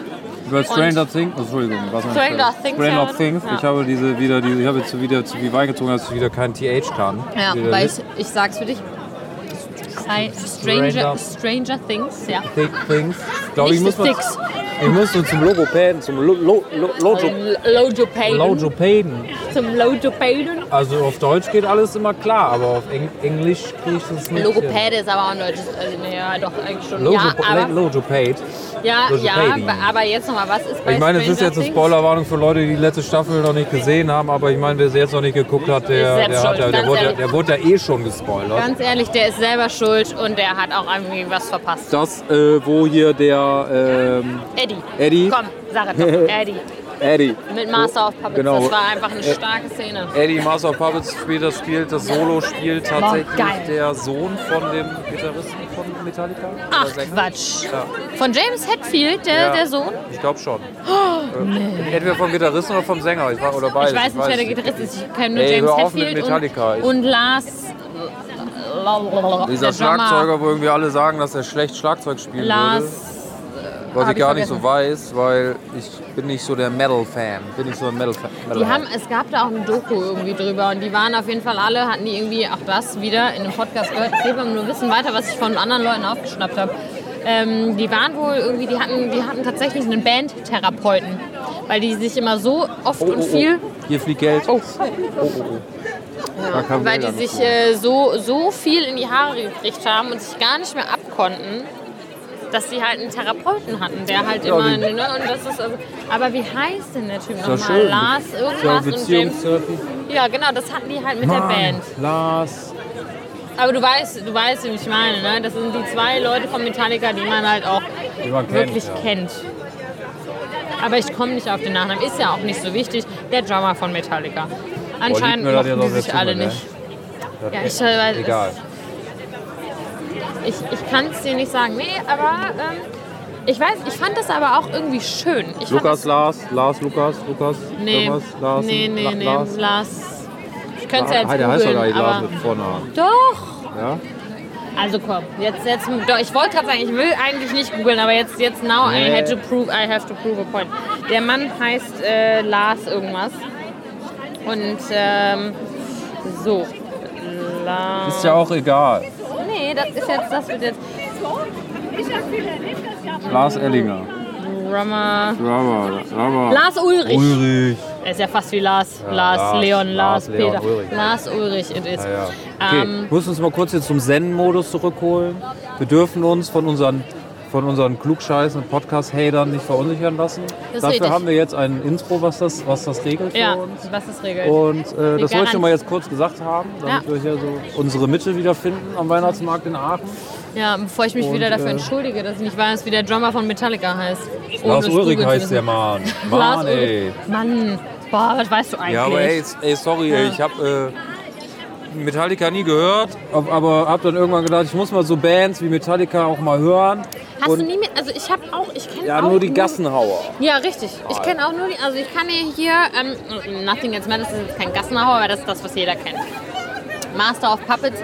S1: Über Stranger Things, oh, Entschuldigung, was mein
S2: Stranger
S1: Fehler.
S2: Things,
S1: Stranger
S2: ja.
S1: Things.
S2: Ja.
S1: Ich habe diese wieder, die, ich habe jetzt wieder zu viel beigezogen, dass ich wieder kein TH kann.
S2: Ja,
S1: wieder
S2: weil ich, ich sag's für dich. Sei Stranger,
S1: Stranger-
S2: Stranger Things, ja.
S1: Thick Things. Ich glaube, ich muss
S2: Nicht
S1: mal,
S2: Sticks.
S1: ich muss so zum Logopäden, zum Lo, Lo, Lo, Lojo,
S2: Lojopaden.
S1: Logopäden.
S2: Zum Lojopaden.
S1: Also auf Deutsch geht alles immer klar, aber auf Eng Englisch kriege ich das nicht. hin.
S2: Logopäde ist aber auch ein deutsches, also nee, ja, doch eigentlich schon.
S1: Logo
S2: ja, aber,
S1: Logopäd.
S2: ja,
S1: Logopädie.
S2: ja, aber jetzt nochmal, was ist bei
S1: Ich meine, es
S2: Stranger
S1: ist jetzt eine
S2: Things?
S1: Spoilerwarnung für Leute, die die letzte Staffel noch nicht gesehen haben, aber ich meine, wer sie jetzt noch nicht geguckt hat,
S2: Ist
S1: der,
S2: selbst
S1: der, hat
S2: schuld,
S1: ja, der,
S2: ganz
S1: wurde, ja-
S2: ehrlich.
S1: der wurde ja eh schon gespoilert.
S2: Ganz ehrlich, der ist selber schuld und der hat auch irgendwie was verpasst.
S1: Das, äh, wo hier der ähm,
S2: Eddie.
S1: Eddie.
S2: Komm, sag es doch. Eddie.
S1: Eddie.
S2: Mit Master of Puppets.
S1: Genau.
S2: Das war einfach eine starke Szene.
S1: Eddie Master of Puppets spielt das Spiel, das Solo-Spiel tatsächlich
S2: geil.
S1: der Sohn von dem Gitarristen von Metallica. oder
S2: Ach
S1: Sänger?
S2: Quatsch.
S1: Ja.
S2: Von James Hetfield, der,
S1: Ja.
S2: der Sohn? Oh,
S1: Ich glaube schon. Äh, Entweder vom Gitarristen oder vom Sänger. Ich war, oder beides.
S2: Ich weiß nicht, wer der
S1: es
S2: Gitarrist ist. Ich kenne nur
S1: Also, Ey,
S2: James
S1: hör auf mit
S2: Hetfield
S1: Metallica.
S2: und, und Lars.
S1: Dieser
S2: Dieser
S1: Schlagzeuger, wo irgendwie alle sagen, dass er schlecht Schlagzeug spielen
S2: Lars.
S1: würde. Was
S2: hab
S1: ich
S2: ich
S1: gar nicht so weiß,
S2: vergessen.
S1: weil ich bin nicht so der Metal-Fan. Bin nicht so ein Metal-Fan.
S2: Die
S1: Metalhead.
S2: haben, es gab da auch ein Doku irgendwie drüber und die waren auf jeden Fall alle, hatten die irgendwie auch das wieder in einem Podcast gehört. Ich gebe nur Wissen weiter, was ich von anderen Leuten aufgeschnappt habe. Ähm, die waren wohl irgendwie, die hatten, die hatten tatsächlich einen Bandtherapeuten, weil die sich immer so oft
S1: oh,
S2: und viel
S1: oh. Hier fliegt Geld. Oh, oh, oh. Da kam
S2: weil
S1: Geld
S2: die
S1: an.
S2: sich äh, so, so viel in die Haare gekriegt haben und sich gar nicht mehr abkonnten, dass die halt einen Therapeuten hatten, der halt
S1: Ja,
S2: immer.
S1: den-
S2: Ne, und das ist also, aber wie heißt denn der Typ
S1: ja
S2: nochmal?
S1: schön.
S2: Lars
S1: So,
S2: irgendwas und James.
S1: Beziehungstherapie.
S2: Ja, genau, das hatten die halt mit der Band.
S1: Lars.
S2: Aber du weißt, du weißt, wie ich meine, ne? Das sind die zwei Leute von Metallica, die man halt auch
S1: Die man kennt,
S2: wirklich
S1: ja.
S2: kennt. Aber ich komme nicht auf den Nachnamen. Ist ja auch nicht so wichtig. Der Drummer von Metallica. Anscheinend
S1: Liedmüller hat jetzt
S2: mochten die
S1: auch
S2: sich
S1: dazu,
S2: alle
S1: ne?
S2: nicht.
S1: Das
S2: Ja,
S1: ist
S2: ich soll- weil-
S1: Egal.
S2: Ich, ich kann es dir nicht sagen. Nee, aber ähm, ich weiß, ich fand das aber auch irgendwie schön. Ich
S1: Lukas,
S2: fand
S1: Lars, Lars, Lukas, Lukas,
S2: das, nee,
S1: Thomas, Lars,
S2: nee, nee,
S1: La-
S2: nee,
S1: Lars.
S2: Lars. Ich könnte es ja jetzt
S1: Ah, der heißt doch gar
S2: googeln,
S1: nicht Lars
S2: aber...
S1: mit Vornamen.
S2: Doch!
S1: Ja?
S2: Also komm, jetzt, jetzt doch, ich wollte gerade sagen, ich will eigentlich nicht googeln, aber jetzt, jetzt now I had to prove, I have to prove a point. Der Mann heißt äh, Lars irgendwas. Und ähm, so. Lars.
S1: Ist ja auch egal.
S2: Nee, das ist jetzt, das wird jetzt
S1: Lars Ellinger.
S2: Drummer.
S1: Rama, Rama.
S2: Lars Ulrich.
S1: Ulrich.
S2: Er ist ja fast wie Lars. Lars,
S1: Lars,
S2: Leon,
S1: Lars,
S2: Lars,
S1: Leon,
S2: Peter.
S1: Ulrich.
S2: Lars Ulrich, it is.
S1: Ja, ja. Okay,
S2: Ähm,
S1: wir müssen uns mal kurz jetzt zum Zen-Modus zurückholen. Wir dürfen uns von unseren, von unseren klugscheißen Podcast-Hatern nicht verunsichern lassen.
S2: Das ist
S1: Dafür
S2: richtig.
S1: haben wir jetzt ein Intro, was das, was das regelt
S2: ja,
S1: für uns.
S2: was ist Regel?
S1: Und äh, das wollte ich
S2: Garanz.
S1: schon mal jetzt kurz gesagt haben, damit
S2: Ja.
S1: wir hier so unsere Mitte wiederfinden am Weihnachtsmarkt in Aachen.
S2: Ja, bevor ich mich
S1: Und,
S2: wieder dafür
S1: äh,
S2: entschuldige, dass ich nicht weiß, wie der Drummer von Metallica heißt. Ohne
S1: Lars
S2: es
S1: Ulrich
S2: googeln zu
S1: heißt
S2: müssen.
S1: der Mann.
S2: Lars
S1: Mann,
S2: Ulrich.
S1: ey.
S2: Mann, boah, was weißt du eigentlich?
S1: Ja, aber ey, s- ey sorry, ey, ich habe äh, Metallica nie gehört, ab- aber habe dann irgendwann gedacht, ich muss mal so Bands wie Metallica auch mal hören.
S2: Hast
S1: und-
S2: du nie mit, also ich habe auch, ich kenne
S1: Ja,
S2: auch
S1: nur die Gassenhauer.
S2: Ja, richtig. Ich kenne auch nur die, also ich kann ja hier, ähm, Nothing Against Matters ist jetzt kein Gassenhauer, aber das ist das, was jeder kennt. Master of Puppets.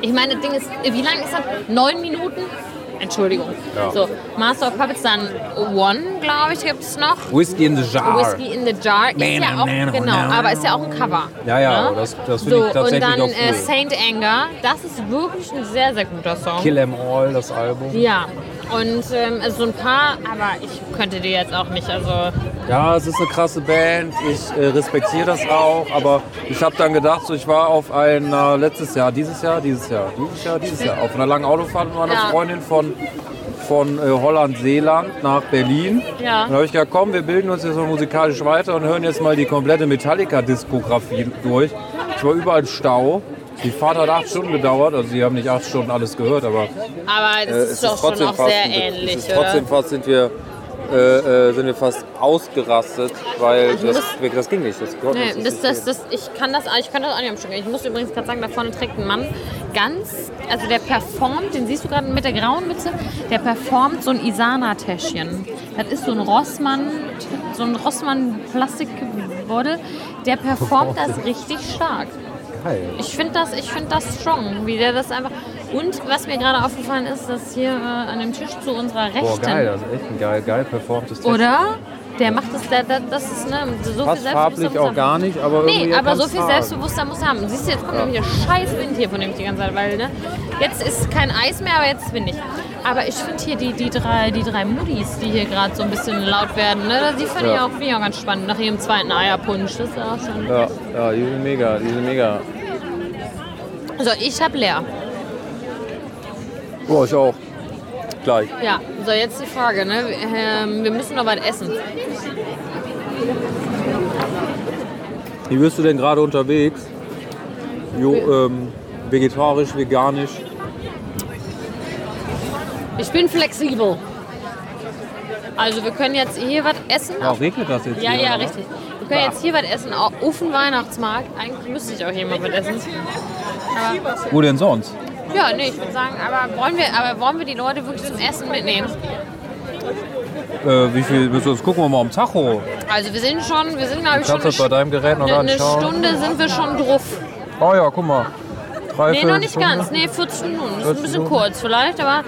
S2: Ich meine, das Ding ist, wie lang ist das? Neun Minuten? Entschuldigung.
S1: Ja.
S2: So, Master of Puppets, dann One, glaube ich, gibt es noch.
S1: Whiskey in the Jar.
S2: Whiskey in the Jar ist
S1: Man,
S2: ja auch,
S1: man,
S2: genau,
S1: man.
S2: aber ist ja auch ein Cover.
S1: Ja, ja,
S2: ne?
S1: das- das finde
S2: so,
S1: ich tatsächlich
S2: Und dann
S1: auch cool.
S2: äh, Saint Anger, das ist wirklich ein sehr, sehr guter Song.
S1: Kill Em All, das Album.
S2: Ja, und ähm, also so ein paar, aber ich könnte dir jetzt auch nicht, also
S1: Ja, es ist eine krasse Band. Ich äh, respektiere das auch. Aber ich habe dann gedacht, so, ich war auf einer letztes Jahr, dieses Jahr, dieses Jahr, dieses Jahr, dieses Jahr, auf einer langen Autofahrt mit meiner
S2: Ja.
S1: Freundin von, von äh, Holland-Seeland nach Berlin.
S2: Ja.
S1: Und da habe ich gesagt, komm, wir bilden uns jetzt mal musikalisch weiter und hören jetzt mal die komplette Metallica-Diskografie durch. Ich war überall Stau. Die Fahrt hat acht Stunden gedauert, also sie haben nicht acht Stunden alles gehört, aber
S2: aber das
S1: äh,
S2: ist doch schon auch sehr
S1: ein-
S2: ähnlich,
S1: es ist
S2: oder?
S1: trotzdem fast sind wir, äh, äh, sind wir fast ausgerastet, weil das, wir- das ging nicht. Das, konnten wir
S2: Nee, das,
S1: nicht
S2: das,
S1: sehen.
S2: das, ich kann das, ich kann das auch nicht am Stück. Ich muss übrigens gerade sagen, da vorne trägt ein Mann ganz, also der performt, den siehst du gerade mit der grauen Mütze, der performt so ein Isana-Täschchen. Das ist so ein Rossmann, so ein Rossmann-Plastikbeutel, der performt das richtig stark.
S1: Geil.
S2: Ich finde das, ich find das strong, wie der das einfach. Und was mir gerade aufgefallen ist, dass hier äh, an dem Tisch zu unserer Rechten,
S1: Boah, geil, das ist echt ein geil, geil performtes Test.
S2: oder? Der macht das, der, der, das ist ne, so
S1: Passt
S2: viel
S1: farblich
S2: Selbstbewusstsein.
S1: auch gar nicht, aber irgendwie
S2: Nee, aber
S1: kann's
S2: so viel
S1: tragen.
S2: Selbstbewusstsein muss er haben. Siehst du, jetzt kommt nämlich der scheiß Wind hier, von dem ich die ganze Zeit, weil, ne? Jetzt ist kein Eis mehr, aber jetzt bin ich. Aber ich finde hier die, die drei, die drei Moody's, die hier gerade so ein bisschen laut werden, ne? Die finde ich,
S1: Ja.
S2: auch- find ich auch ganz spannend. Nach ihrem zweiten Eierpunsch. Das ist auch schon.
S1: Ja, ja, die sind mega, die sind mega.
S2: So, ich hab leer.
S1: Boah, ich auch. Gleich.
S2: Ja, so jetzt die Frage, ne? Ähm, wir müssen noch was essen.
S1: Wie bist du denn gerade unterwegs? Jo, ähm, vegetarisch, veganisch.
S2: Ich bin flexibel. Also wir können jetzt hier was essen.
S1: Wow, regnet das jetzt
S2: Ja,
S1: hier,
S2: ja,
S1: oder?
S2: richtig. Wir können jetzt hier was essen, auch auf dem Weihnachtsmarkt. Eigentlich müsste ich auch hier mal was essen.
S1: Wo denn sonst?
S2: Ja, nee, ich würde sagen, aber wollen, wir, aber wollen wir die Leute wirklich zum Essen mitnehmen?
S1: Äh, wie viel? Das gucken wir mal am Tacho.
S2: Also wir sind schon, wir sind glaube ich schon
S1: Kannst du
S2: eine,
S1: das bei deinem Gerät noch
S2: Stu-
S1: gar
S2: eine
S1: nicht schauen?
S2: Stunde sind wir schon drauf.
S1: Oh ja, guck mal. Drei,
S2: Nee,
S1: Viertel
S2: noch nicht
S1: Stunde.
S2: ganz. Nee, 14 Minuten. Das ist ein
S1: 14
S2: bisschen
S1: Minuten.
S2: kurz vielleicht, aber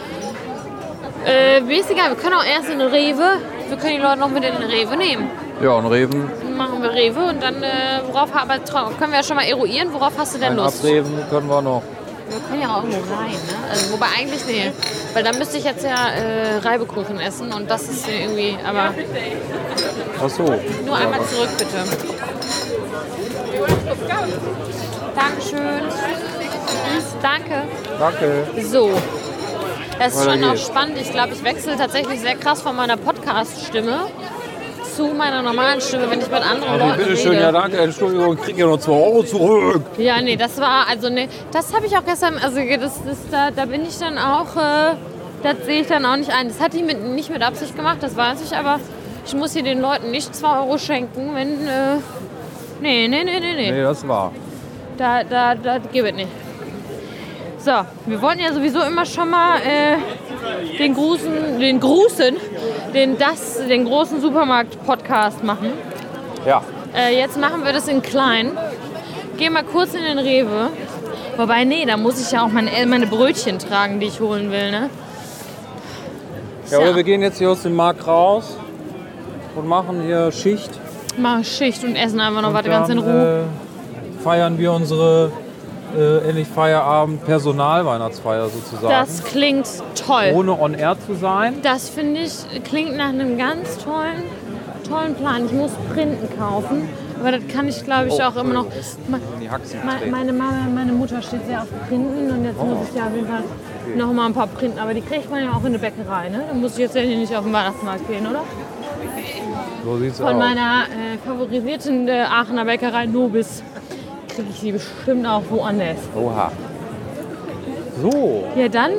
S2: äh, mir ist egal. Wir können auch erst in den Rewe. Wir können die Leute noch mit in den Rewe nehmen.
S1: Ja, und Reven.
S2: Dann machen wir Rewe und dann äh, worauf aber tra- können wir ja schon mal eruieren, worauf hast du denn
S1: Ein
S2: Lust?
S1: Abreven können wir noch.
S2: Wir können ja auch irgendwo rein, ne? Also, wobei eigentlich nee. Weil dann müsste ich jetzt ja äh, Reibekuchen essen und das ist mir irgendwie. Aber
S1: Ach so.
S2: nur einmal zurück bitte. Dankeschön. Danke.
S1: Danke.
S2: So. Das ist
S1: Weiter
S2: schon auch
S1: geht's.
S2: spannend. Ich glaube, ich wechsle tatsächlich sehr krass von meiner Podcast-Stimme zu meiner normalen Stimme, wenn ich mit anderen
S1: Also,
S2: Leuten
S1: bitte
S2: rede.
S1: schön, ja danke, Entschuldigung, kriegen ja noch 2 Euro zurück.
S2: Ja, nee, das war, also nee, das habe ich auch gestern, also das, das, da, da bin ich dann auch, äh, das sehe ich dann auch nicht ein. Das hatte ich mit, nicht mit Absicht gemacht, das weiß ich, aber ich muss hier den Leuten nicht 2 Euro schenken, wenn, äh, nee, nee, nee, nee, nee,
S1: Nee, das war.
S2: da, da, da gebe ich nicht. So, wir wollten ja sowieso immer schon mal äh, den Grußen, den Grußen, den das, den großen Supermarkt-Podcast machen.
S1: Ja.
S2: Äh, jetzt machen wir das in klein. Geh mal kurz in den Rewe. Wobei, nee, da muss ich ja auch meine, äh, meine Brötchen tragen, die ich holen will, ne?
S1: Ja, oder wir gehen jetzt hier aus dem Markt raus und machen hier Schicht.
S2: Mach Schicht und essen einfach noch was
S6: Dann,
S2: ganz in Ruhe.
S6: Äh, feiern wir unsere äh, endlich Feierabend Personalweihnachtsfeier sozusagen.
S2: Das klingt toll.
S6: Ohne on air zu sein.
S2: Das finde ich, klingt nach einem ganz tollen, tollen Plan. Ich muss Printen kaufen. Aber das kann ich, glaube ich,
S6: Oh,
S2: auch immer noch. Me-
S1: Die Haxen
S2: me-
S1: treten.
S2: Meine Mama, meine Mutter steht sehr auf Printen und jetzt muss ich ja auf jeden Fall noch mal ein paar Printen. Aber die kriegt man ja auch in der Bäckerei, ne? Da muss ich jetzt ja hier nicht auf den Weihnachtsmarkt gehen, oder?
S6: So sieht's
S2: Von
S6: aus.
S2: meiner äh, favorisierten äh, Aachener Bäckerei Nobis kriege ich die bestimmt auch woanders.
S1: Oha. So,
S2: Ja, dann,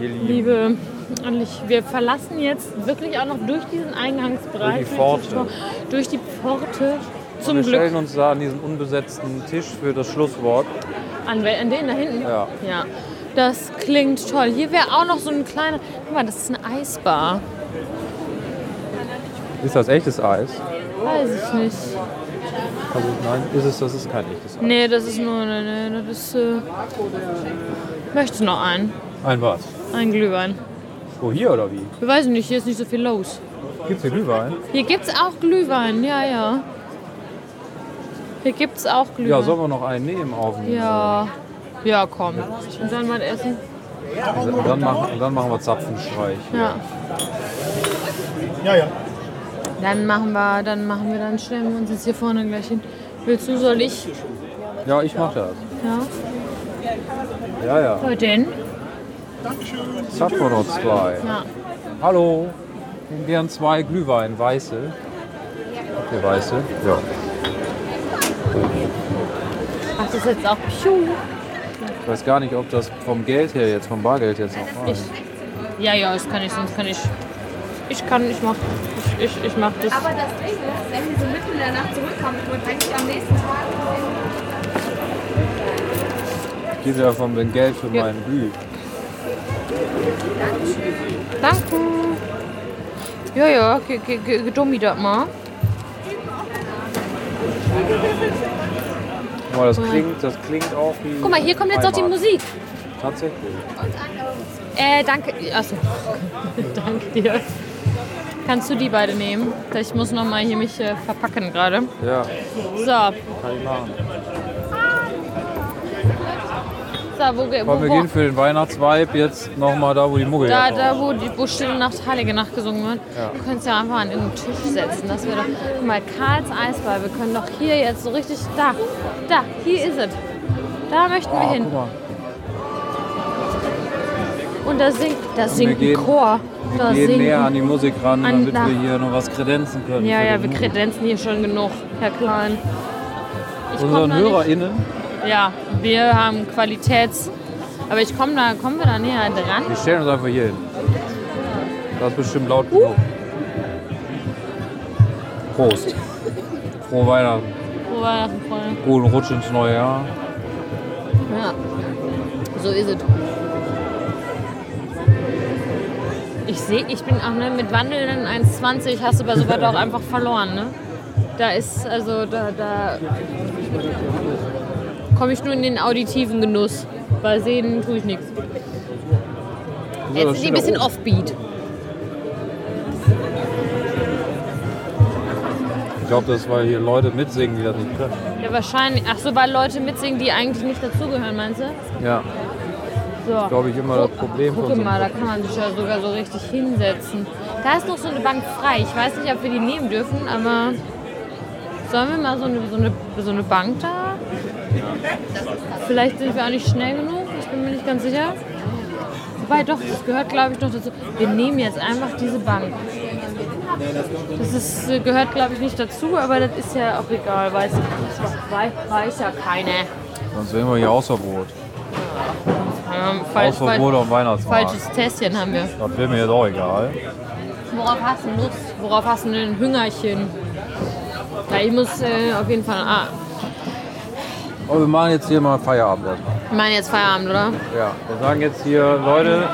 S1: ihr Lieben.
S2: liebe, und ich, wir verlassen jetzt wirklich auch noch durch diesen Eingangsbereich.
S1: Durch die Pforte.
S2: Durch die Pforte. Zum
S1: Wir
S2: Glück
S1: stellen uns da an diesen unbesetzten Tisch für das Schlusswort.
S2: an, wel- an den da hinten.
S1: Ja.
S2: ja. Das klingt toll. Hier wäre auch noch so ein kleiner. Guck mal, das ist eine Eisbar.
S1: Ist das echtes Eis?
S2: Weiß ich nicht.
S1: Also nein, ist es, das ist kein echtes Eis.
S2: Nee, das ist nur. Nee, nee, das ist. Äh, möchtest du noch einen?
S1: Ein was?
S2: Einen Glühwein.
S1: Oh, hier oder wie?
S2: Wir weiß nicht, hier ist nicht so viel los.
S1: Gibt's hier Glühwein?
S2: Hier gibt's auch Glühwein, ja, ja. Hier gibt's auch Glühwein.
S1: Ja, sollen wir noch einen nehmen auf den
S2: ja. Ja, komm. Und dann was essen?
S1: Und dann machen, dann machen wir Zapfenstreich.
S2: Ja.
S7: Ja, ja.
S2: Dann machen wir, dann machen wir, dann stellen wir uns jetzt hier vorne gleich hin. Willst du, soll ich?
S1: Ja, ich mach das.
S2: Ja.
S1: Ja, ja.
S2: Soll denn?
S1: Zapfen wir noch zwei.
S2: Ja.
S1: Hallo. Wir wären zwei Glühwein, weiße. Die weiße? Ja.
S2: Ach, das ist jetzt auch Piu.
S1: Ich weiß gar nicht, ob das vom Geld her jetzt, vom Bargeld jetzt noch war.
S2: Ja, ja, das kann ich, sonst kann ich. Ich kann, ich mach, ich, ich, ich mach das.
S8: Aber das Ding ist, wenn die so mitten in der Nacht zurückkommen, ich würde eigentlich am nächsten Tag
S1: Geht ja vom Geld für
S2: Ja.
S1: meinen Glüh.
S2: Danke. Ja, ja, ge- ge- ge- gedummi das mal.
S1: Boah, das klingt, das klingt auch wie.
S2: Guck mal, hier kommt jetzt auch die
S1: Heimat.
S2: Musik.
S1: Tatsächlich.
S2: Äh, danke. Achso. danke dir. Kannst du die beide nehmen? Ich muss noch mal hier mich äh, verpacken gerade.
S1: Ja,
S2: So.
S1: kann ich machen.
S2: So, wo, ge-
S1: Komm,
S2: wo,
S1: wir
S2: wo
S1: gehen für den Weihnachtsvibe jetzt nochmal da, wo die Muggel
S2: da,
S1: herkommt.
S2: da, wo, die, wo Stille Nacht, Heilige Nacht gesungen wird. Du könntest ja einfach an irgendeinen Tisch setzen. Das wäre doch. Guck mal, Karls Eisball. Wir können doch hier jetzt so richtig. Da, da, hier ist es. Da möchten wir
S1: Ah,
S2: hin.
S1: guck mal,
S2: Und da singt, da singt ein
S1: gehen-
S2: Chor.
S1: wir
S2: Da
S1: gehen
S2: singt
S1: näher
S2: ein
S1: an die Musik ran,
S2: An-
S1: damit
S2: nach-
S1: wir hier noch was kredenzen können.
S2: Ja,
S1: für
S2: ja,
S1: den
S2: wir
S1: Muggel.
S2: kredenzen hier schon genug, Herr Klein. Ich komm
S1: Unseren
S2: da nicht-
S1: HörerInnen,
S2: Ja, wir haben Qualitäts... Aber ich komm da, kommen wir da näher dran?
S1: wir stellen uns einfach hier hin. Das ist bestimmt laut
S2: Uh.
S1: genug. Prost. Frohe Weihnachten.
S2: Frohe Weihnachten, Freunde.
S1: Guten Rutsch ins neue Jahr.
S2: Ja, so ist es. Ich sehe, ich bin auch ne, mit wandelnden 1,20 hast du bei sowas auch einfach verloren. Ne? Da ist, also da, da komme ich nur in den auditiven Genuss. Bei Sehen tue ich nichts. Jetzt sind die ein bisschen offbeat.
S6: Ich glaube, das weil hier Leute mitsingen, die das nicht können.
S2: Ja, wahrscheinlich. Ach so, weil Leute mitsingen, die eigentlich nicht dazugehören, meinst du?
S1: Ja,
S2: So.
S1: glaube ich, immer das Problem von
S2: Guck
S1: so
S2: mal, da kann man sich ja sogar so richtig hinsetzen. Da ist noch so eine Bank frei. Ich weiß nicht, ob wir die nehmen dürfen, aber sollen wir mal so eine, so eine, so eine Bank da? Vielleicht sind wir auch nicht schnell genug. Ich bin mir nicht ganz sicher. Wobei doch, das gehört glaube ich noch dazu. Wir nehmen jetzt einfach diese Bank. Das ist, äh, gehört glaube ich nicht dazu, aber das ist ja auch egal, weiß, weiß, weiß ja keine.
S1: Sonst wären wir hier Hausverbot.
S2: Ähm, falsch,
S1: Hausverbot
S2: falsch,
S1: auf Weihnachtsmarkt.
S2: falsches Tässchen haben wir.
S1: Das wäre mir jetzt auch egal.
S2: Worauf hast du Lust? Worauf hast du denn ein Hüngerchen? Ja, ich muss äh, auf jeden Fall. Ah,
S1: Aber wir machen jetzt hier mal Feierabend erstmal.
S2: ich meine jetzt Feierabend, oder?
S1: Ja, wir sagen jetzt hier, Leute,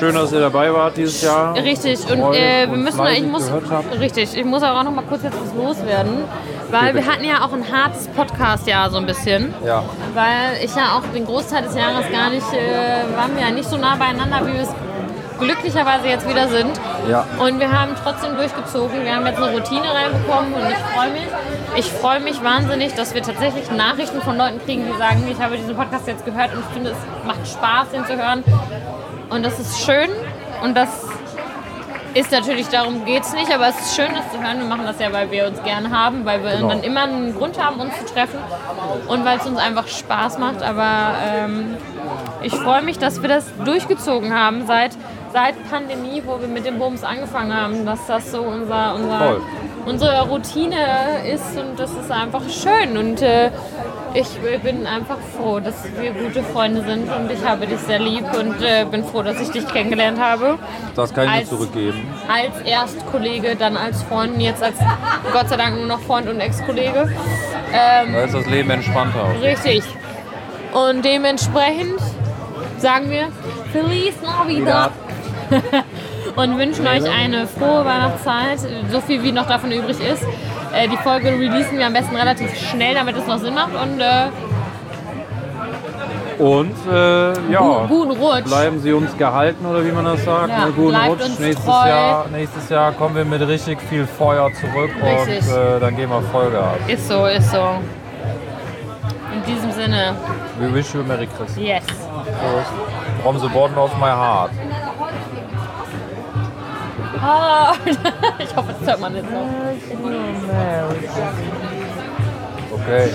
S1: schön, dass ihr dabei wart dieses Jahr.
S2: Richtig, und
S1: Freut
S2: äh, wir
S1: und
S2: müssen, ich
S1: fleißig
S2: muss,
S1: gehört habt.
S2: richtig, ich muss aber auch noch mal kurz jetzt was loswerden, weil wir hatten ja auch ein hartes Podcast-Jahr so ein bisschen,
S1: Ja,
S2: weil ich ja auch den Großteil des Jahres gar nicht, äh, waren wir ja nicht so nah beieinander, wie wir es glücklicherweise jetzt wieder sind.
S1: ja.
S2: Und wir haben trotzdem durchgezogen. Wir haben jetzt eine Routine reinbekommen und ich freue mich. Ich freue mich wahnsinnig, dass wir tatsächlich Nachrichten von Leuten kriegen, die sagen, ich habe diesen Podcast jetzt gehört und ich finde, es macht Spaß, den zu hören. Und das ist schön und das ist natürlich, darum geht es nicht, aber es ist schön, das zu hören. Wir machen das ja, weil wir uns gern haben, weil wir dann immer einen Grund haben, uns zu treffen und weil es uns einfach Spaß macht. Aber ähm, ich freue mich, dass wir das durchgezogen haben seit, seit Pandemie, wo wir mit dem Bums angefangen haben, dass das so unser, unser,
S1: Voll.
S2: unsere Routine ist und das ist einfach schön. Und äh, ich bin einfach froh, dass wir gute Freunde sind und ich habe dich sehr lieb und äh, bin froh, dass ich dich kennengelernt habe
S1: Das kann ich
S2: Als-
S1: nur zurückgeben.
S2: als Erstkollege, dann als Freund, jetzt als Gott sei Dank nur noch Freund und Ex-Kollege. Ähm,
S1: Da ist das Leben entspannter.
S2: Richtig. Und dementsprechend sagen wir Feliz Navidad und wünschen euch eine frohe Weihnachtszeit, so viel wie noch davon übrig ist. Äh, Die Folge releasen wir am besten relativ schnell, damit es noch Sinn macht und äh,
S1: Und äh, ja,
S2: guten Rutsch.
S1: bleiben Sie uns gehalten oder wie man das sagt.
S2: Ja,
S1: Ne, guten
S2: bleibt
S1: Rutsch.
S2: uns
S1: nächstes,
S2: treu.
S1: Jahr, nächstes Jahr kommen wir mit richtig viel Feuer zurück
S2: Richtig.
S1: und äh, dann geben wir Vollgas.
S2: Ist so, ist so. In diesem Sinne,
S1: We wish you a Merry Christmas.
S2: yes.
S1: From the bottom of my heart.
S2: Ah, ich hoffe, das hört man jetzt noch.
S1: Okay.